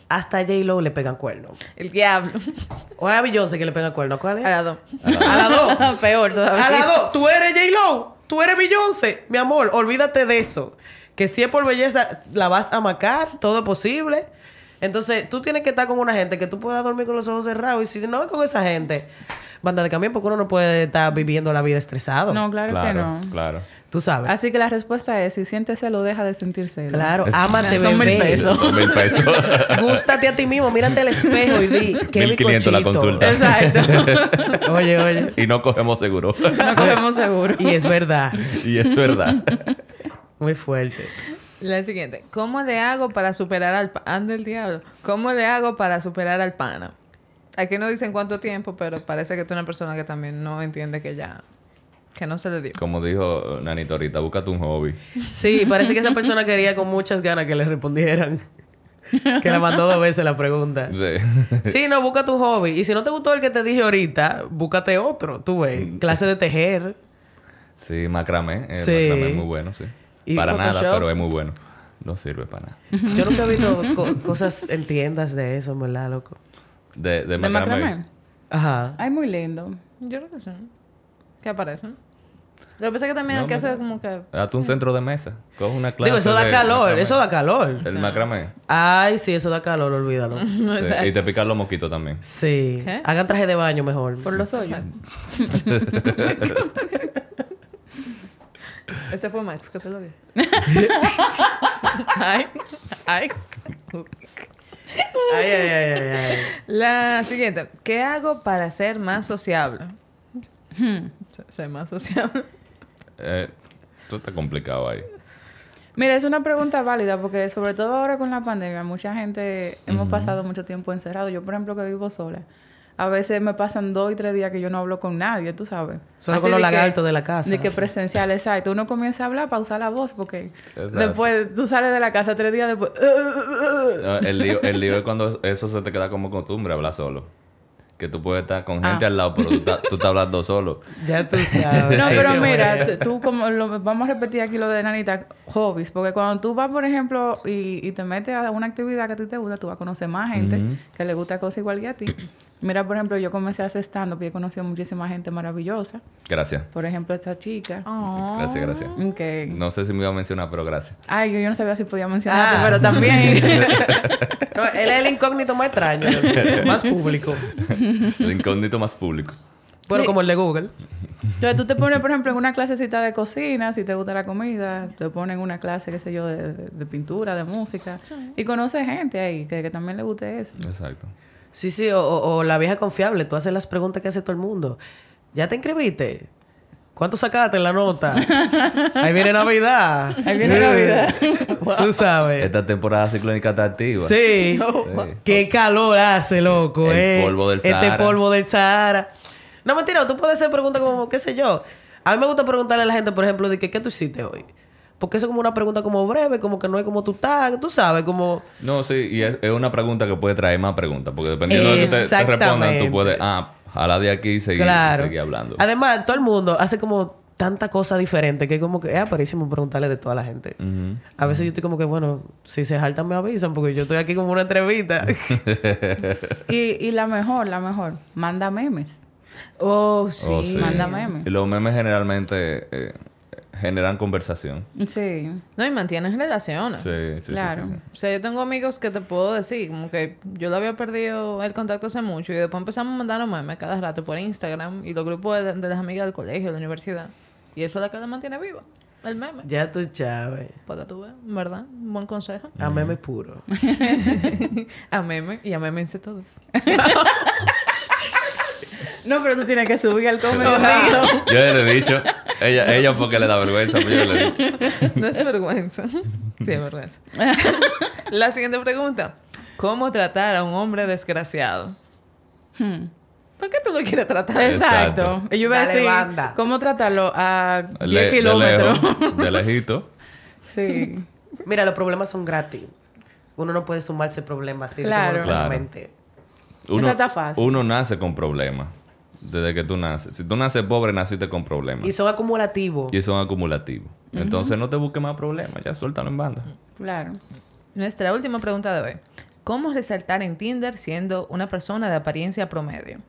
Speaker 4: Hasta a J-Lo le pegan cuernos.
Speaker 2: El diablo.
Speaker 4: O es a Beyoncé que le pegan cuernos. ¿Cuál
Speaker 2: A
Speaker 4: es?
Speaker 2: la dos.
Speaker 4: A las dos.
Speaker 3: Peor todavía.
Speaker 4: A las dos. Tú eres J-Lo. Tú eres Beyoncé. Mi amor, olvídate de eso. Que si es por belleza, la vas a macar. Todo es posible. Entonces, tú tienes que estar con una gente que tú puedas dormir con los ojos cerrados. Y si no es con esa gente, banda de camión, porque uno no puede estar viviendo la vida estresado.
Speaker 3: No, claro, que no.
Speaker 1: claro.
Speaker 4: Tú sabes.
Speaker 3: Así que la respuesta es, si sientes celo, deja de sentir celo.
Speaker 4: Claro, ámate,
Speaker 3: Son mil
Speaker 4: bebé.
Speaker 3: pesos.
Speaker 1: Son mil pesos.
Speaker 4: Gústate a ti mismo, mírate al espejo y di qué
Speaker 1: 1500 la
Speaker 4: bizcochito.
Speaker 1: consulta.
Speaker 3: Exacto.
Speaker 4: Oye, oye.
Speaker 1: y no cogemos seguro.
Speaker 3: no cogemos seguro.
Speaker 4: Y es verdad,
Speaker 1: y es verdad.
Speaker 4: muy fuerte.
Speaker 2: La siguiente. ¿Cómo le hago para superar al pana? del diablo. ¿Cómo le hago para superar al pana? Aquí no dicen cuánto tiempo, pero parece que tú eres una persona que también no entiende que ya... Que no se le dio.
Speaker 1: Como dijo Nanito ahorita, búscate un hobby.
Speaker 4: Sí, parece que esa persona quería con muchas ganas que le respondieran. Que la mandó dos veces la pregunta.
Speaker 1: Sí.
Speaker 4: Sí, no, busca tu hobby. Y si no te gustó el que te dije ahorita, búscate otro, tú
Speaker 1: Mm.
Speaker 4: ves. Clase de tejer.
Speaker 1: Sí, macramé. eh, El
Speaker 4: Sí.
Speaker 1: macramé es muy bueno, sí.
Speaker 4: Y
Speaker 1: para nada,
Speaker 4: Photoshop.
Speaker 1: pero es muy bueno. No sirve para nada.
Speaker 4: Yo nunca he visto co- cosas en tiendas de eso, en ¿verdad, loco?
Speaker 1: De, de
Speaker 3: ¿De
Speaker 1: macramé.
Speaker 3: macramé?
Speaker 4: Ajá.
Speaker 3: Ay, muy lindo.
Speaker 2: Yo creo que sí. Que aparecen. Lo que pasa es que también
Speaker 1: No,
Speaker 2: hay que
Speaker 1: mira.
Speaker 2: hacer como que...
Speaker 1: Hazte un centro de mesa. Coge una clase.
Speaker 4: Digo, eso da
Speaker 1: de
Speaker 4: calor,
Speaker 1: macramé.
Speaker 4: eso da calor.
Speaker 1: El macramé.
Speaker 4: Ay, sí, eso da calor, olvídalo.
Speaker 2: No,
Speaker 1: Sí,
Speaker 2: exacto.
Speaker 1: Y te pican los moquitos también.
Speaker 4: Sí.
Speaker 2: ¿Qué?
Speaker 4: Hagan traje de baño mejor.
Speaker 3: Por los hoyos.
Speaker 2: Ese fue Max, ¿qué te lo dije? ay, ay. Ups.
Speaker 4: Ay, ay, ay, ay, ay.
Speaker 2: La siguiente. ¿Qué hago para ser más sociable?
Speaker 4: Hmm.
Speaker 2: Se- Ser más sociable.
Speaker 1: Eh, esto está complicado ahí.
Speaker 3: Mira, es una pregunta válida porque sobre todo ahora con la pandemia, mucha gente hemos pasado mucho tiempo encerrado. Yo, por ejemplo, que vivo sola, a veces me pasan dos y tres días que yo no hablo con nadie, tú sabes.
Speaker 4: Solo con los
Speaker 3: de que-
Speaker 4: lagartos de la casa.
Speaker 3: De que presencial, exacto. Uno comienza a hablar para usar la voz porque
Speaker 1: Exacto.
Speaker 3: después tú sales de la casa tres días después.
Speaker 1: No, Ah, El lío, el lío es cuando eso se te queda como costumbre, hablar solo. Que tú puedes estar con gente
Speaker 3: Ah.
Speaker 1: al lado, pero tú, ta- tú estás hablando solo.
Speaker 4: Ya tú sabes.
Speaker 3: No,
Speaker 4: Ay,
Speaker 3: pero
Speaker 4: Dios
Speaker 3: mira,
Speaker 4: mío.
Speaker 3: t- tú como lo, vamos a repetir aquí lo de Nanita, hobbies, porque cuando tú vas, por ejemplo, y, y te metes a una actividad que a ti te gusta, tú vas a conocer más gente
Speaker 1: Ujú.
Speaker 3: que le gusta cosas igual que a ti. Mira, por ejemplo, yo comencé a hacer stand-up y he conocido muchísima gente maravillosa.
Speaker 1: Gracias.
Speaker 3: Por ejemplo, esta chica,
Speaker 2: Oh.
Speaker 3: Ah.
Speaker 1: Gracias, gracias.
Speaker 3: que...
Speaker 1: No sé si me iba a mencionar, pero gracias.
Speaker 3: Ay, yo, yo no sabía si podía mencionarte,
Speaker 4: Ah.
Speaker 3: pero también...
Speaker 4: No, él es el incógnito más extraño, el más público.
Speaker 1: El incógnito más público.
Speaker 4: Bueno, como el de Google.
Speaker 3: Entonces tú te pones, por ejemplo, en una clasecita de cocina, si te gusta la comida, te ponen una clase, qué sé yo, de, de- de pintura, de música, y conoces gente ahí que, que también le guste eso.
Speaker 1: Exacto.
Speaker 4: Sí, sí, o, o- o la vieja confiable. Tú haces las preguntas que hace todo el mundo. ¿Ya te inscribiste? ¿Cuánto sacaste en la nota? Ahí viene Navidad.
Speaker 3: Ahí viene Navidad.
Speaker 4: Tú sabes.
Speaker 1: Esta temporada ciclónica está activa.
Speaker 4: Eh. Sí.
Speaker 1: Sí.
Speaker 4: Qué calor hace, loco,
Speaker 1: El
Speaker 4: eh.
Speaker 1: polvo del
Speaker 4: Este
Speaker 1: Sahara.
Speaker 4: polvo del Sahara. No, mentira, tú puedes hacer preguntas como, qué sé yo. A mí me gusta preguntarle a la gente, por ejemplo, de que, qué tú hiciste hoy. Porque eso es como una pregunta como breve, como que no es como tú estás, tú sabes, como...
Speaker 1: No, sí, y es, es una pregunta que puede traer más preguntas, porque dependiendo de lo que te, te respondan,
Speaker 4: Exactamente.
Speaker 1: tú puedes, ah, jalar de aquí y seguir,
Speaker 4: claro.
Speaker 1: seguir hablando.
Speaker 4: Además, todo el mundo hace como tanta cosa diferente que como que es aparísimo preguntarle de toda la gente.
Speaker 1: Ujú.
Speaker 4: A veces yo estoy como que, bueno, si se jaltan me avisan porque yo estoy aquí como una entrevista.
Speaker 3: Y, y la mejor, la mejor, manda memes.
Speaker 2: Oh, sí.
Speaker 1: Oh, sí.
Speaker 3: manda memes.
Speaker 1: Y Los memes generalmente eh, generan conversación.
Speaker 3: Sí.
Speaker 2: No, y mantienes relaciones.
Speaker 1: Sí, sí, sí,
Speaker 3: Claro.
Speaker 1: sí, sí.
Speaker 2: O sea, yo tengo amigos que te puedo decir, como que yo le había perdido el contacto hace mucho y después empezamos a mandarnos memes cada rato por Instagram y los grupos de, de las amigas del colegio, de la universidad. Y eso es la que la mantiene viva, el meme.
Speaker 4: ya tú sabes.
Speaker 2: Para que tú veas, ¿verdad? Un buen consejo.
Speaker 4: A meme puro.
Speaker 2: A meme y a memense todos.
Speaker 3: No, pero tú tienes que subir al comentario.
Speaker 1: Yo le he dicho, ella, ella porque le da vergüenza, pero yo le he dicho.
Speaker 2: No es vergüenza. Sí, es vergüenza. La siguiente pregunta. ¿Cómo tratar a un hombre desgraciado?
Speaker 3: Hmm.
Speaker 2: ¿Por qué tú lo quieres tratar?
Speaker 3: Exacto.
Speaker 1: Exacto.
Speaker 3: Y yo iba a
Speaker 4: Dale,
Speaker 3: decir,
Speaker 4: banda.
Speaker 3: ¿cómo tratarlo? A 10
Speaker 1: Le- de
Speaker 3: kilómetros.
Speaker 1: lejos, de lejito.
Speaker 3: sí.
Speaker 4: Mira, los problemas son gratis. Uno no puede sumarse problemas así de
Speaker 3: Claro.
Speaker 4: como locamente.
Speaker 1: Uno,
Speaker 3: Esa está fácil.
Speaker 1: Uno nace con problemas. Desde que tú naces. Si tú naces pobre, naciste con problemas.
Speaker 4: Y son acumulativos.
Speaker 1: Y son acumulativos. Entonces no te busques más problemas, ya suéltalo en banda.
Speaker 3: Claro.
Speaker 2: Nuestra última pregunta de hoy. ¿Cómo resaltar en Tinder siendo una persona de apariencia promedio?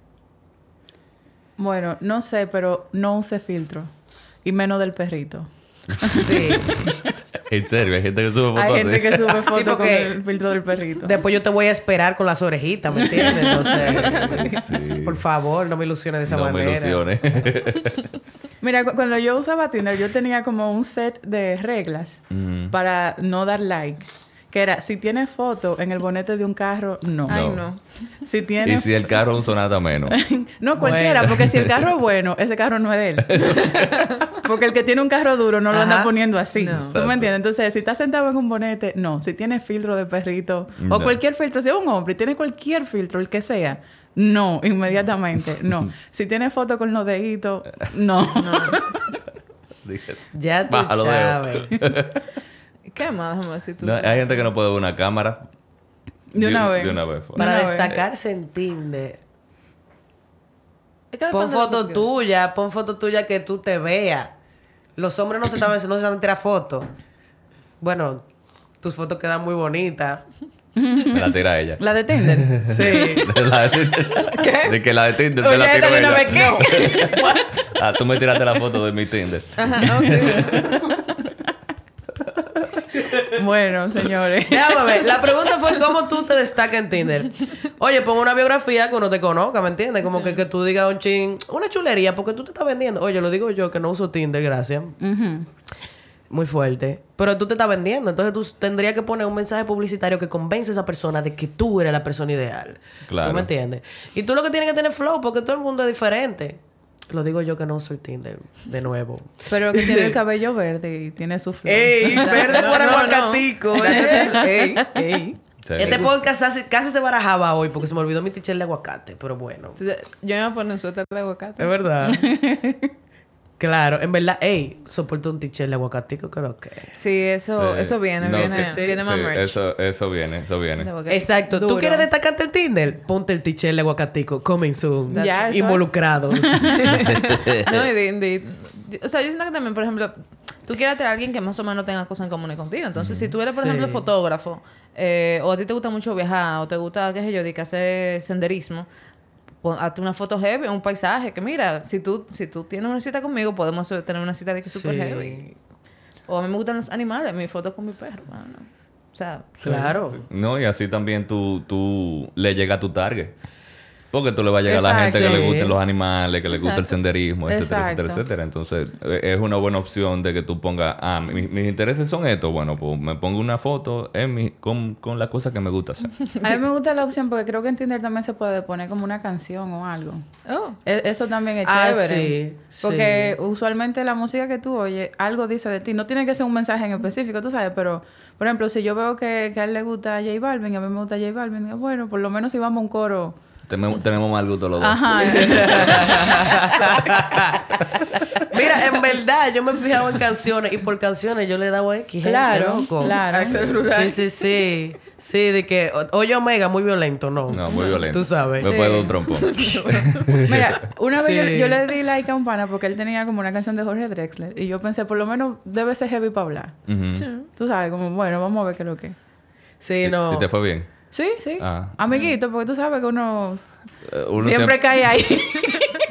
Speaker 3: Bueno, no sé, pero no use filtro. Y menos del perrito.
Speaker 4: Sí.
Speaker 1: En serio, hay gente que sube fotos
Speaker 3: Hay
Speaker 1: así.
Speaker 3: gente que sube fotos con
Speaker 4: porque-
Speaker 3: el filtro del perrito.
Speaker 4: Después yo te voy a esperar con las orejitas, ¿me entiendes? Entonces,
Speaker 1: Sí.
Speaker 4: por favor, no me ilusiones de esa
Speaker 1: no
Speaker 4: manera.
Speaker 1: me ilusiones.
Speaker 3: Mira, cu- cuando yo usaba Tinder, yo tenía como un set de reglas
Speaker 1: Mm.
Speaker 3: para no dar like. Que era, si tienes foto en el bonete de un carro, no.
Speaker 2: Ay,
Speaker 1: No.
Speaker 2: no.
Speaker 3: Si
Speaker 1: y
Speaker 3: tienes...
Speaker 1: si el carro es un sonata menos.
Speaker 3: No, cualquiera,
Speaker 4: Bueno.
Speaker 3: porque si el carro es bueno, ese carro no es de él. porque el que tiene un carro duro no lo anda
Speaker 4: Ajá.
Speaker 3: poniendo así.
Speaker 2: No.
Speaker 3: ¿Tú
Speaker 1: Exacto.
Speaker 3: me entiendes? Entonces, si estás sentado en un bonete, no. Si tienes filtro de perrito
Speaker 1: No.
Speaker 3: o cualquier filtro, si es un hombre, tiene cualquier filtro, el que sea, no, inmediatamente, no. Si tienes foto con los deditos, no.
Speaker 1: Dices,
Speaker 4: Ya tú
Speaker 1: Bájalo, Deo.
Speaker 4: sabes.
Speaker 2: ¿Qué más, déjame decir tú?
Speaker 1: no, hay gente que no puede ver una cámara.
Speaker 3: De una vez.
Speaker 1: De una vez. fue.
Speaker 4: Para
Speaker 3: Una vez.
Speaker 4: destacarse en Tinder.
Speaker 2: Es que
Speaker 4: Pon
Speaker 2: depende de lo
Speaker 4: foto
Speaker 2: que-
Speaker 4: tuya, pon foto tuya que tú te veas. Los hombres no se están no se están tirar fotos. Bueno, tus fotos quedan muy bonitas.
Speaker 1: Me la tira ella.
Speaker 3: La de Tinder.
Speaker 4: Sí.
Speaker 1: La de- De que la de Tinder te
Speaker 3: Oye,
Speaker 1: la
Speaker 3: esta
Speaker 1: tiró
Speaker 3: de
Speaker 1: ella.
Speaker 3: una vez, ¿qué?
Speaker 1: Ah, tú me tiraste la foto de mi Tinder.
Speaker 2: Ajá, oh, sí.
Speaker 3: bueno, señores.
Speaker 4: Déjame ver. La pregunta fue cómo tú te destacas en Tinder. Oye, pon una biografía que uno te conozca, ¿me entiendes? Como que, que tú digas un ching, una chulería, porque tú te estás vendiendo. Oye, lo digo yo que no uso Tinder, gracias.
Speaker 3: Ujú.
Speaker 4: Muy fuerte. Pero tú te estás vendiendo. Entonces tú tendrías que poner un mensaje publicitario que convence a esa persona de que tú eres la persona ideal.
Speaker 1: Claro.
Speaker 4: ¿Tú me entiendes? Y tú lo que tienes que tener flow, porque todo el mundo es diferente. Lo digo yo que no uso el Tinder, de nuevo.
Speaker 3: Pero que tiene el cabello verde y tiene su flor.
Speaker 4: ¡Ey! Verde por
Speaker 2: No, no,
Speaker 4: aguacatico, ¿eh?
Speaker 2: Ey, ey.
Speaker 1: Sí.
Speaker 4: Este podcast casi, casi se barajaba hoy porque se me olvidó mi tichel de aguacate, pero bueno.
Speaker 2: Yo me voy a poner un suéter de aguacate.
Speaker 4: Es verdad. claro, en verdad, ey, soporto un tichel de aguacatico, creo que.
Speaker 2: Sí, eso,
Speaker 1: Sí.
Speaker 2: eso viene,
Speaker 1: No,
Speaker 2: viene,
Speaker 1: sí, sí.
Speaker 2: viene más
Speaker 1: Sí,
Speaker 2: merch.
Speaker 1: Eso, eso viene, eso
Speaker 2: De
Speaker 1: viene.
Speaker 2: aguacate.
Speaker 4: Exacto.
Speaker 2: Duro.
Speaker 4: ¿Tú quieres destacarte en Tinder? Ponte el tichel de aguacatico. Coming soon.
Speaker 3: Ya, eso.
Speaker 4: Involucrados.
Speaker 2: No, y de, de- o sea, yo siento que también, por ejemplo, tú quieres tener a alguien que más o menos tenga cosas en común contigo. Entonces, si tú eres, por
Speaker 4: Sí.
Speaker 2: ejemplo, fotógrafo, eh, o a ti te gusta mucho viajar, o te gusta, qué sé yo, de que hacer senderismo, pon- hazte una foto heavy, un paisaje, que mira, si tú, si tú tienes una cita conmigo, podemos eh, tener una cita de que super
Speaker 4: Sí.
Speaker 2: heavy. O a mí me gustan los animales, mis fotos con mi perro, mano. O sea,
Speaker 4: claro.
Speaker 1: No, y así también tú, tú le llega a tu target. Porque tú le vas a llegar a la
Speaker 3: Exacto.
Speaker 1: gente que le
Speaker 4: Sí.
Speaker 1: gusten los animales, que le gusta el
Speaker 2: Exacto.
Speaker 1: senderismo, etcétera, etcétera,
Speaker 3: Exacto.
Speaker 1: etcétera. Entonces, eh, es una buena opción de que tú pongas, ah, mi- mis, intereses son estos. Bueno, pues me pongo una foto en mi, con, con las cosas que me gusta hacer.
Speaker 3: A mí me gusta la opción porque creo que en Tinder también se puede poner como una canción o algo.
Speaker 2: oh,
Speaker 3: E- Eso también es
Speaker 4: Ah,
Speaker 3: chévere.
Speaker 4: sí, sí.
Speaker 3: Porque usualmente la música que tú oyes, algo dice de ti. No tiene que ser un mensaje en específico, tú sabes, pero por ejemplo, si yo veo que, que a él le gusta J Balvin, y a mí me gusta J Balvin, digo, bueno, por lo menos si vamos a un coro.
Speaker 1: Tenemos, tenemos mal gusto los dos.
Speaker 3: Ajá.
Speaker 4: Mira, en verdad, yo me he fijado en canciones y por canciones yo le he dado X. gente,
Speaker 3: Claro,
Speaker 4: loco.
Speaker 3: claro.
Speaker 2: Axel Rural.
Speaker 4: Sí, sí, sí. Sí, de que. o- Oye, Omega, muy violento, no.
Speaker 1: No, muy violento.
Speaker 4: Tú sabes.
Speaker 1: Me
Speaker 3: Sí.
Speaker 1: puedo un trompón.
Speaker 3: Mira, una vez yo-
Speaker 4: Sí.
Speaker 3: yo, le di like a un pana porque él tenía como una canción de Jorge Drexler y yo pensé, por lo menos debe ser heavy para hablar.
Speaker 5: Mm.
Speaker 1: Ujú.
Speaker 3: Tú sabes, como, bueno, vamos a ver qué es lo que es.
Speaker 4: Sí,
Speaker 1: ¿Y-
Speaker 4: no.
Speaker 1: ¿Y te fue bien?
Speaker 3: Sí, sí.
Speaker 1: Ah.
Speaker 3: Amiguito, porque tú sabes que uno
Speaker 1: Eh, uno
Speaker 3: Siempre cae ahí.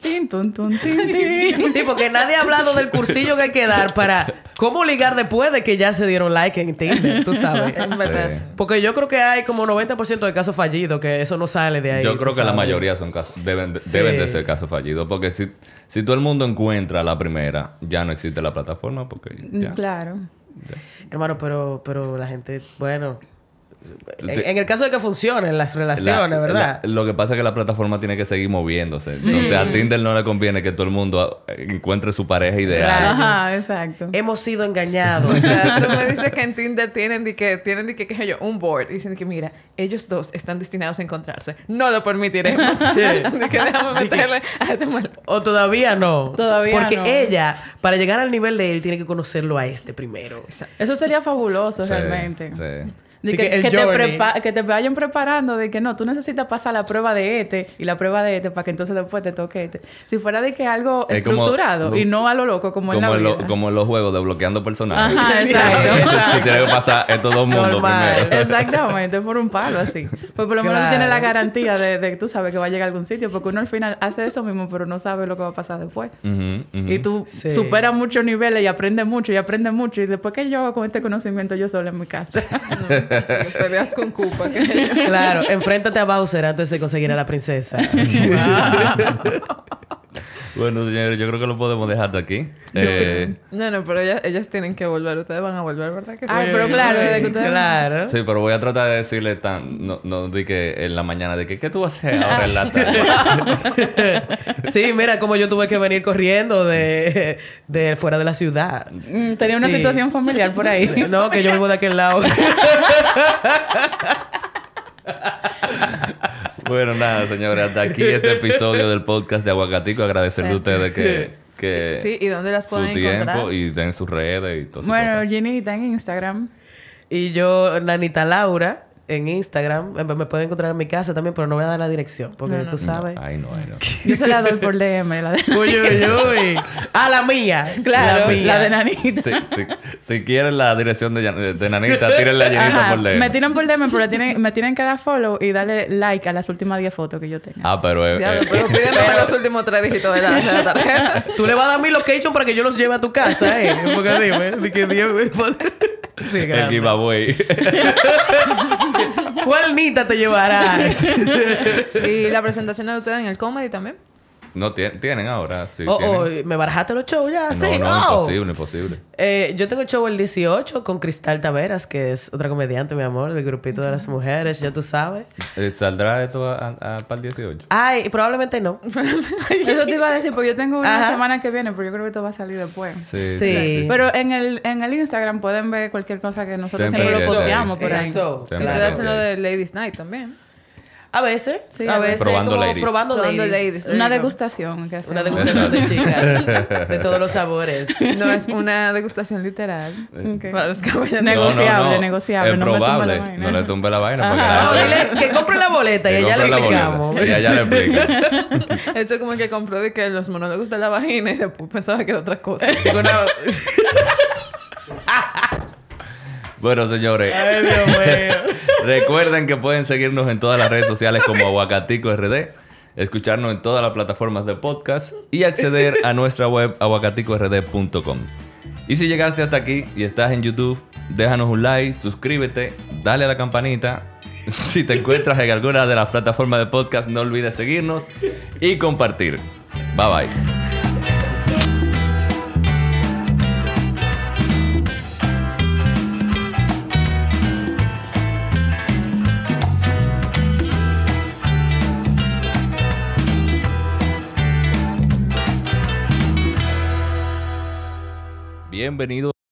Speaker 3: tin, tun, tun, tin, tin.
Speaker 4: Sí, porque nadie ha hablado del cursillo que hay que dar para cómo ligar después de que ya se dieron like en Tinder, tú sabes.
Speaker 2: es verdad.
Speaker 1: Sí.
Speaker 4: Porque yo creo que hay como 90% de casos fallidos, que eso no sale de ahí.
Speaker 1: Yo
Speaker 4: tú
Speaker 1: creo que la
Speaker 4: sabes.
Speaker 1: mayoría son casos, deben, de,
Speaker 4: Sí.
Speaker 1: deben de ser casos fallidos, porque si, si todo el mundo encuentra la primera, ya no existe la plataforma, porque ya.
Speaker 3: Mm, Claro.
Speaker 4: Hermano, pero, pero la gente, bueno. En,
Speaker 1: Te-
Speaker 4: en el caso de que funcionen las relaciones,
Speaker 1: La-
Speaker 4: ¿verdad?
Speaker 1: la- lo que pasa es que la plataforma tiene que seguir moviéndose. Entonces a Tinder no le conviene que todo el mundo ah, encuentre su pareja ideal.
Speaker 3: Ajá, exacto.
Speaker 4: Hemos sido engañados.
Speaker 2: O sea, tú me dices que en Tinder tienen de que, tienen de que, qué sé yo, un board. Dicen que, mira, ellos dos están destinados a encontrarse. No lo permitiremos. de que déjame meterle a este mal.
Speaker 4: o todavía no.
Speaker 3: Todavía
Speaker 4: Porque
Speaker 3: no.
Speaker 4: ella, para llegar al nivel de él, tiene que conocerlo a este primero.
Speaker 3: Eso sería fabuloso
Speaker 1: Sí,
Speaker 3: realmente.
Speaker 1: sí.
Speaker 3: De
Speaker 4: De
Speaker 3: que,
Speaker 4: que el
Speaker 3: que te
Speaker 4: journey.
Speaker 3: prepa- que te vayan preparando de que no, tú necesitas pasar la prueba de este y la prueba de este para que entonces después te toque este. Si fuera de que algo
Speaker 1: Es como-
Speaker 3: estructurado y no a lo loco como, en la
Speaker 1: Como en, lo-
Speaker 3: vida.
Speaker 1: como en los juegos de bloqueando personajes.
Speaker 3: Ajá,
Speaker 4: Sí,
Speaker 3: exacto.
Speaker 1: Tú tienes que pasar estos dos mundos
Speaker 4: Normal.
Speaker 1: primero.
Speaker 3: Exactamente, por un palo así. Pues por lo menos
Speaker 4: Claro.
Speaker 3: tú tienes la garantía de, de que tú sabes que va a llegar a algún sitio, porque uno al final hace eso mismo, pero no sabe lo que va a pasar después.
Speaker 1: Ujú, ujú.
Speaker 3: Y tú
Speaker 4: Sí.
Speaker 3: superas muchos niveles y aprendes mucho y aprendes mucho. Y después que yo hago con este conocimiento yo sola en mi casa.
Speaker 5: No, peleas con Cupa. que-
Speaker 4: Claro, enfréntate a Bowser antes de conseguir a la princesa.
Speaker 1: Bueno, señores, yo creo que lo podemos dejar de aquí. Eh,
Speaker 5: No, no, pero ellas, ellas tienen que volver. Ustedes van a volver, ¿verdad? Que sí?
Speaker 3: Ay, pero claro, desde que ustedes-
Speaker 4: claro.
Speaker 1: Sí, pero voy a tratar de decirle tan, no, no di que en la mañana de que qué tú vas a hacer ahora en la tarde.
Speaker 4: Sí, mira cómo yo tuve que venir corriendo de, de fuera de la ciudad.
Speaker 3: Mm, Tenía una
Speaker 4: Sí.
Speaker 3: situación familiar por ahí.
Speaker 4: No, que yo vivo de aquel lado.
Speaker 1: bueno, nada, señores, hasta aquí este episodio del podcast de Aguacatico. Agradecerle a ustedes que, que
Speaker 5: Sí, ¿y dónde las
Speaker 1: su
Speaker 5: pueden
Speaker 1: tiempo
Speaker 5: encontrar?
Speaker 1: y den sus redes y todo
Speaker 3: Bueno, Ginny está en Instagram.
Speaker 4: Y yo, Nanita Laura, en Instagram. Eh, Me pueden encontrar en mi casa también, pero no voy a dar la dirección, porque tú sabes.
Speaker 1: Ay, no, ay, no.
Speaker 3: Yo se la doy por DM, la de...
Speaker 4: Uy, uy, uy. Ah, la mía.
Speaker 3: Claro,
Speaker 4: la,
Speaker 3: la,
Speaker 4: mía.
Speaker 3: de Nanita.
Speaker 1: Sí, sí. si quieren la dirección de, Yan- de Nanita, tírenla a Yanita
Speaker 3: Ajá,
Speaker 1: por leer.
Speaker 3: Me tiran por DM, pero le tienen- me tienen que dar follow y darle like a las últimas 10 fotos que yo tenga.
Speaker 1: Ah, pero... eh,
Speaker 5: Diablo,
Speaker 1: eh,
Speaker 5: pero pídeme los últimos tres dígitos de la, de la tarjeta.
Speaker 4: Tú le vas a dar mi location para que yo los lleve a tu casa, ¿eh? Porque dime, de que Dios- Sí,
Speaker 1: el
Speaker 4: grande.
Speaker 1: giveaway.
Speaker 4: ¿Cuál nita te llevarás?
Speaker 5: Y la presentación de ustedes en el comedy también.
Speaker 1: No, tien- tienen ahora. Sí,
Speaker 4: Oh, oh,
Speaker 1: tienen.
Speaker 4: ¿me barajaste los shows ya?
Speaker 1: no,
Speaker 4: sí,
Speaker 1: no,
Speaker 4: oh.
Speaker 1: imposible, imposible.
Speaker 4: Eh, yo tengo el show el 18 con Cristal Taveras, que es otra comediante, mi amor, del grupito de las mujeres, ya tú sabes.
Speaker 1: Eh, ¿Saldrá esto a, a- a- para el 18?
Speaker 4: Ay, probablemente no.
Speaker 3: Eso te iba a decir, porque yo tengo una
Speaker 4: Ajá.
Speaker 3: semana que viene, pero yo creo que esto va a salir después.
Speaker 1: Sí.
Speaker 4: Sí.
Speaker 3: Pero en el, en el Instagram pueden ver cualquier cosa que nosotros
Speaker 1: Siempre
Speaker 3: siempre lo
Speaker 1: eso.
Speaker 3: posteamos por ahí.
Speaker 4: Eso,
Speaker 1: Sí,
Speaker 5: Ustedes
Speaker 1: claro.
Speaker 4: claro.
Speaker 5: hacen lo de Ladies Night también.
Speaker 4: A veces,
Speaker 3: Sí, a
Speaker 4: a
Speaker 3: veces.
Speaker 4: veces.
Speaker 1: Probando
Speaker 4: como
Speaker 1: ladies.
Speaker 4: Probando
Speaker 5: Probando
Speaker 4: ladies.
Speaker 5: ladies. There
Speaker 3: Una
Speaker 5: you go.
Speaker 3: degustación que
Speaker 4: Una
Speaker 3: hacemos.
Speaker 4: degustación de chicas, de todos los sabores.
Speaker 5: No es una degustación literal.
Speaker 3: Ok.
Speaker 5: Para los que vayan a-
Speaker 3: Nego- Negociable, negociable,
Speaker 1: Es
Speaker 3: no me tumba la
Speaker 1: probable.
Speaker 3: vaina.
Speaker 1: no le tumbe la vaina.
Speaker 4: No,
Speaker 1: porque la-
Speaker 4: dile que compre la boleta y
Speaker 1: que
Speaker 4: allá le
Speaker 1: compre la boleta.
Speaker 4: explicamos.
Speaker 1: Y allá le explica.
Speaker 5: Eso es como que compró de que los monólogos de la vagina y después pensaba que era otra cosa.
Speaker 4: Con una-
Speaker 1: Bueno, señores.
Speaker 4: Ay, Dios mío.
Speaker 1: Recuerden que pueden seguirnos en todas las redes sociales como Aguacatico RD, escucharnos en todas las plataformas de podcast y acceder a nuestra web aguacaticord.com. Y si llegaste hasta aquí y estás en YouTube, déjanos un like, suscríbete, dale a la campanita. Si te encuentras en alguna de las plataformas de podcast, no olvides seguirnos y compartir. Bye bye. Bienvenido.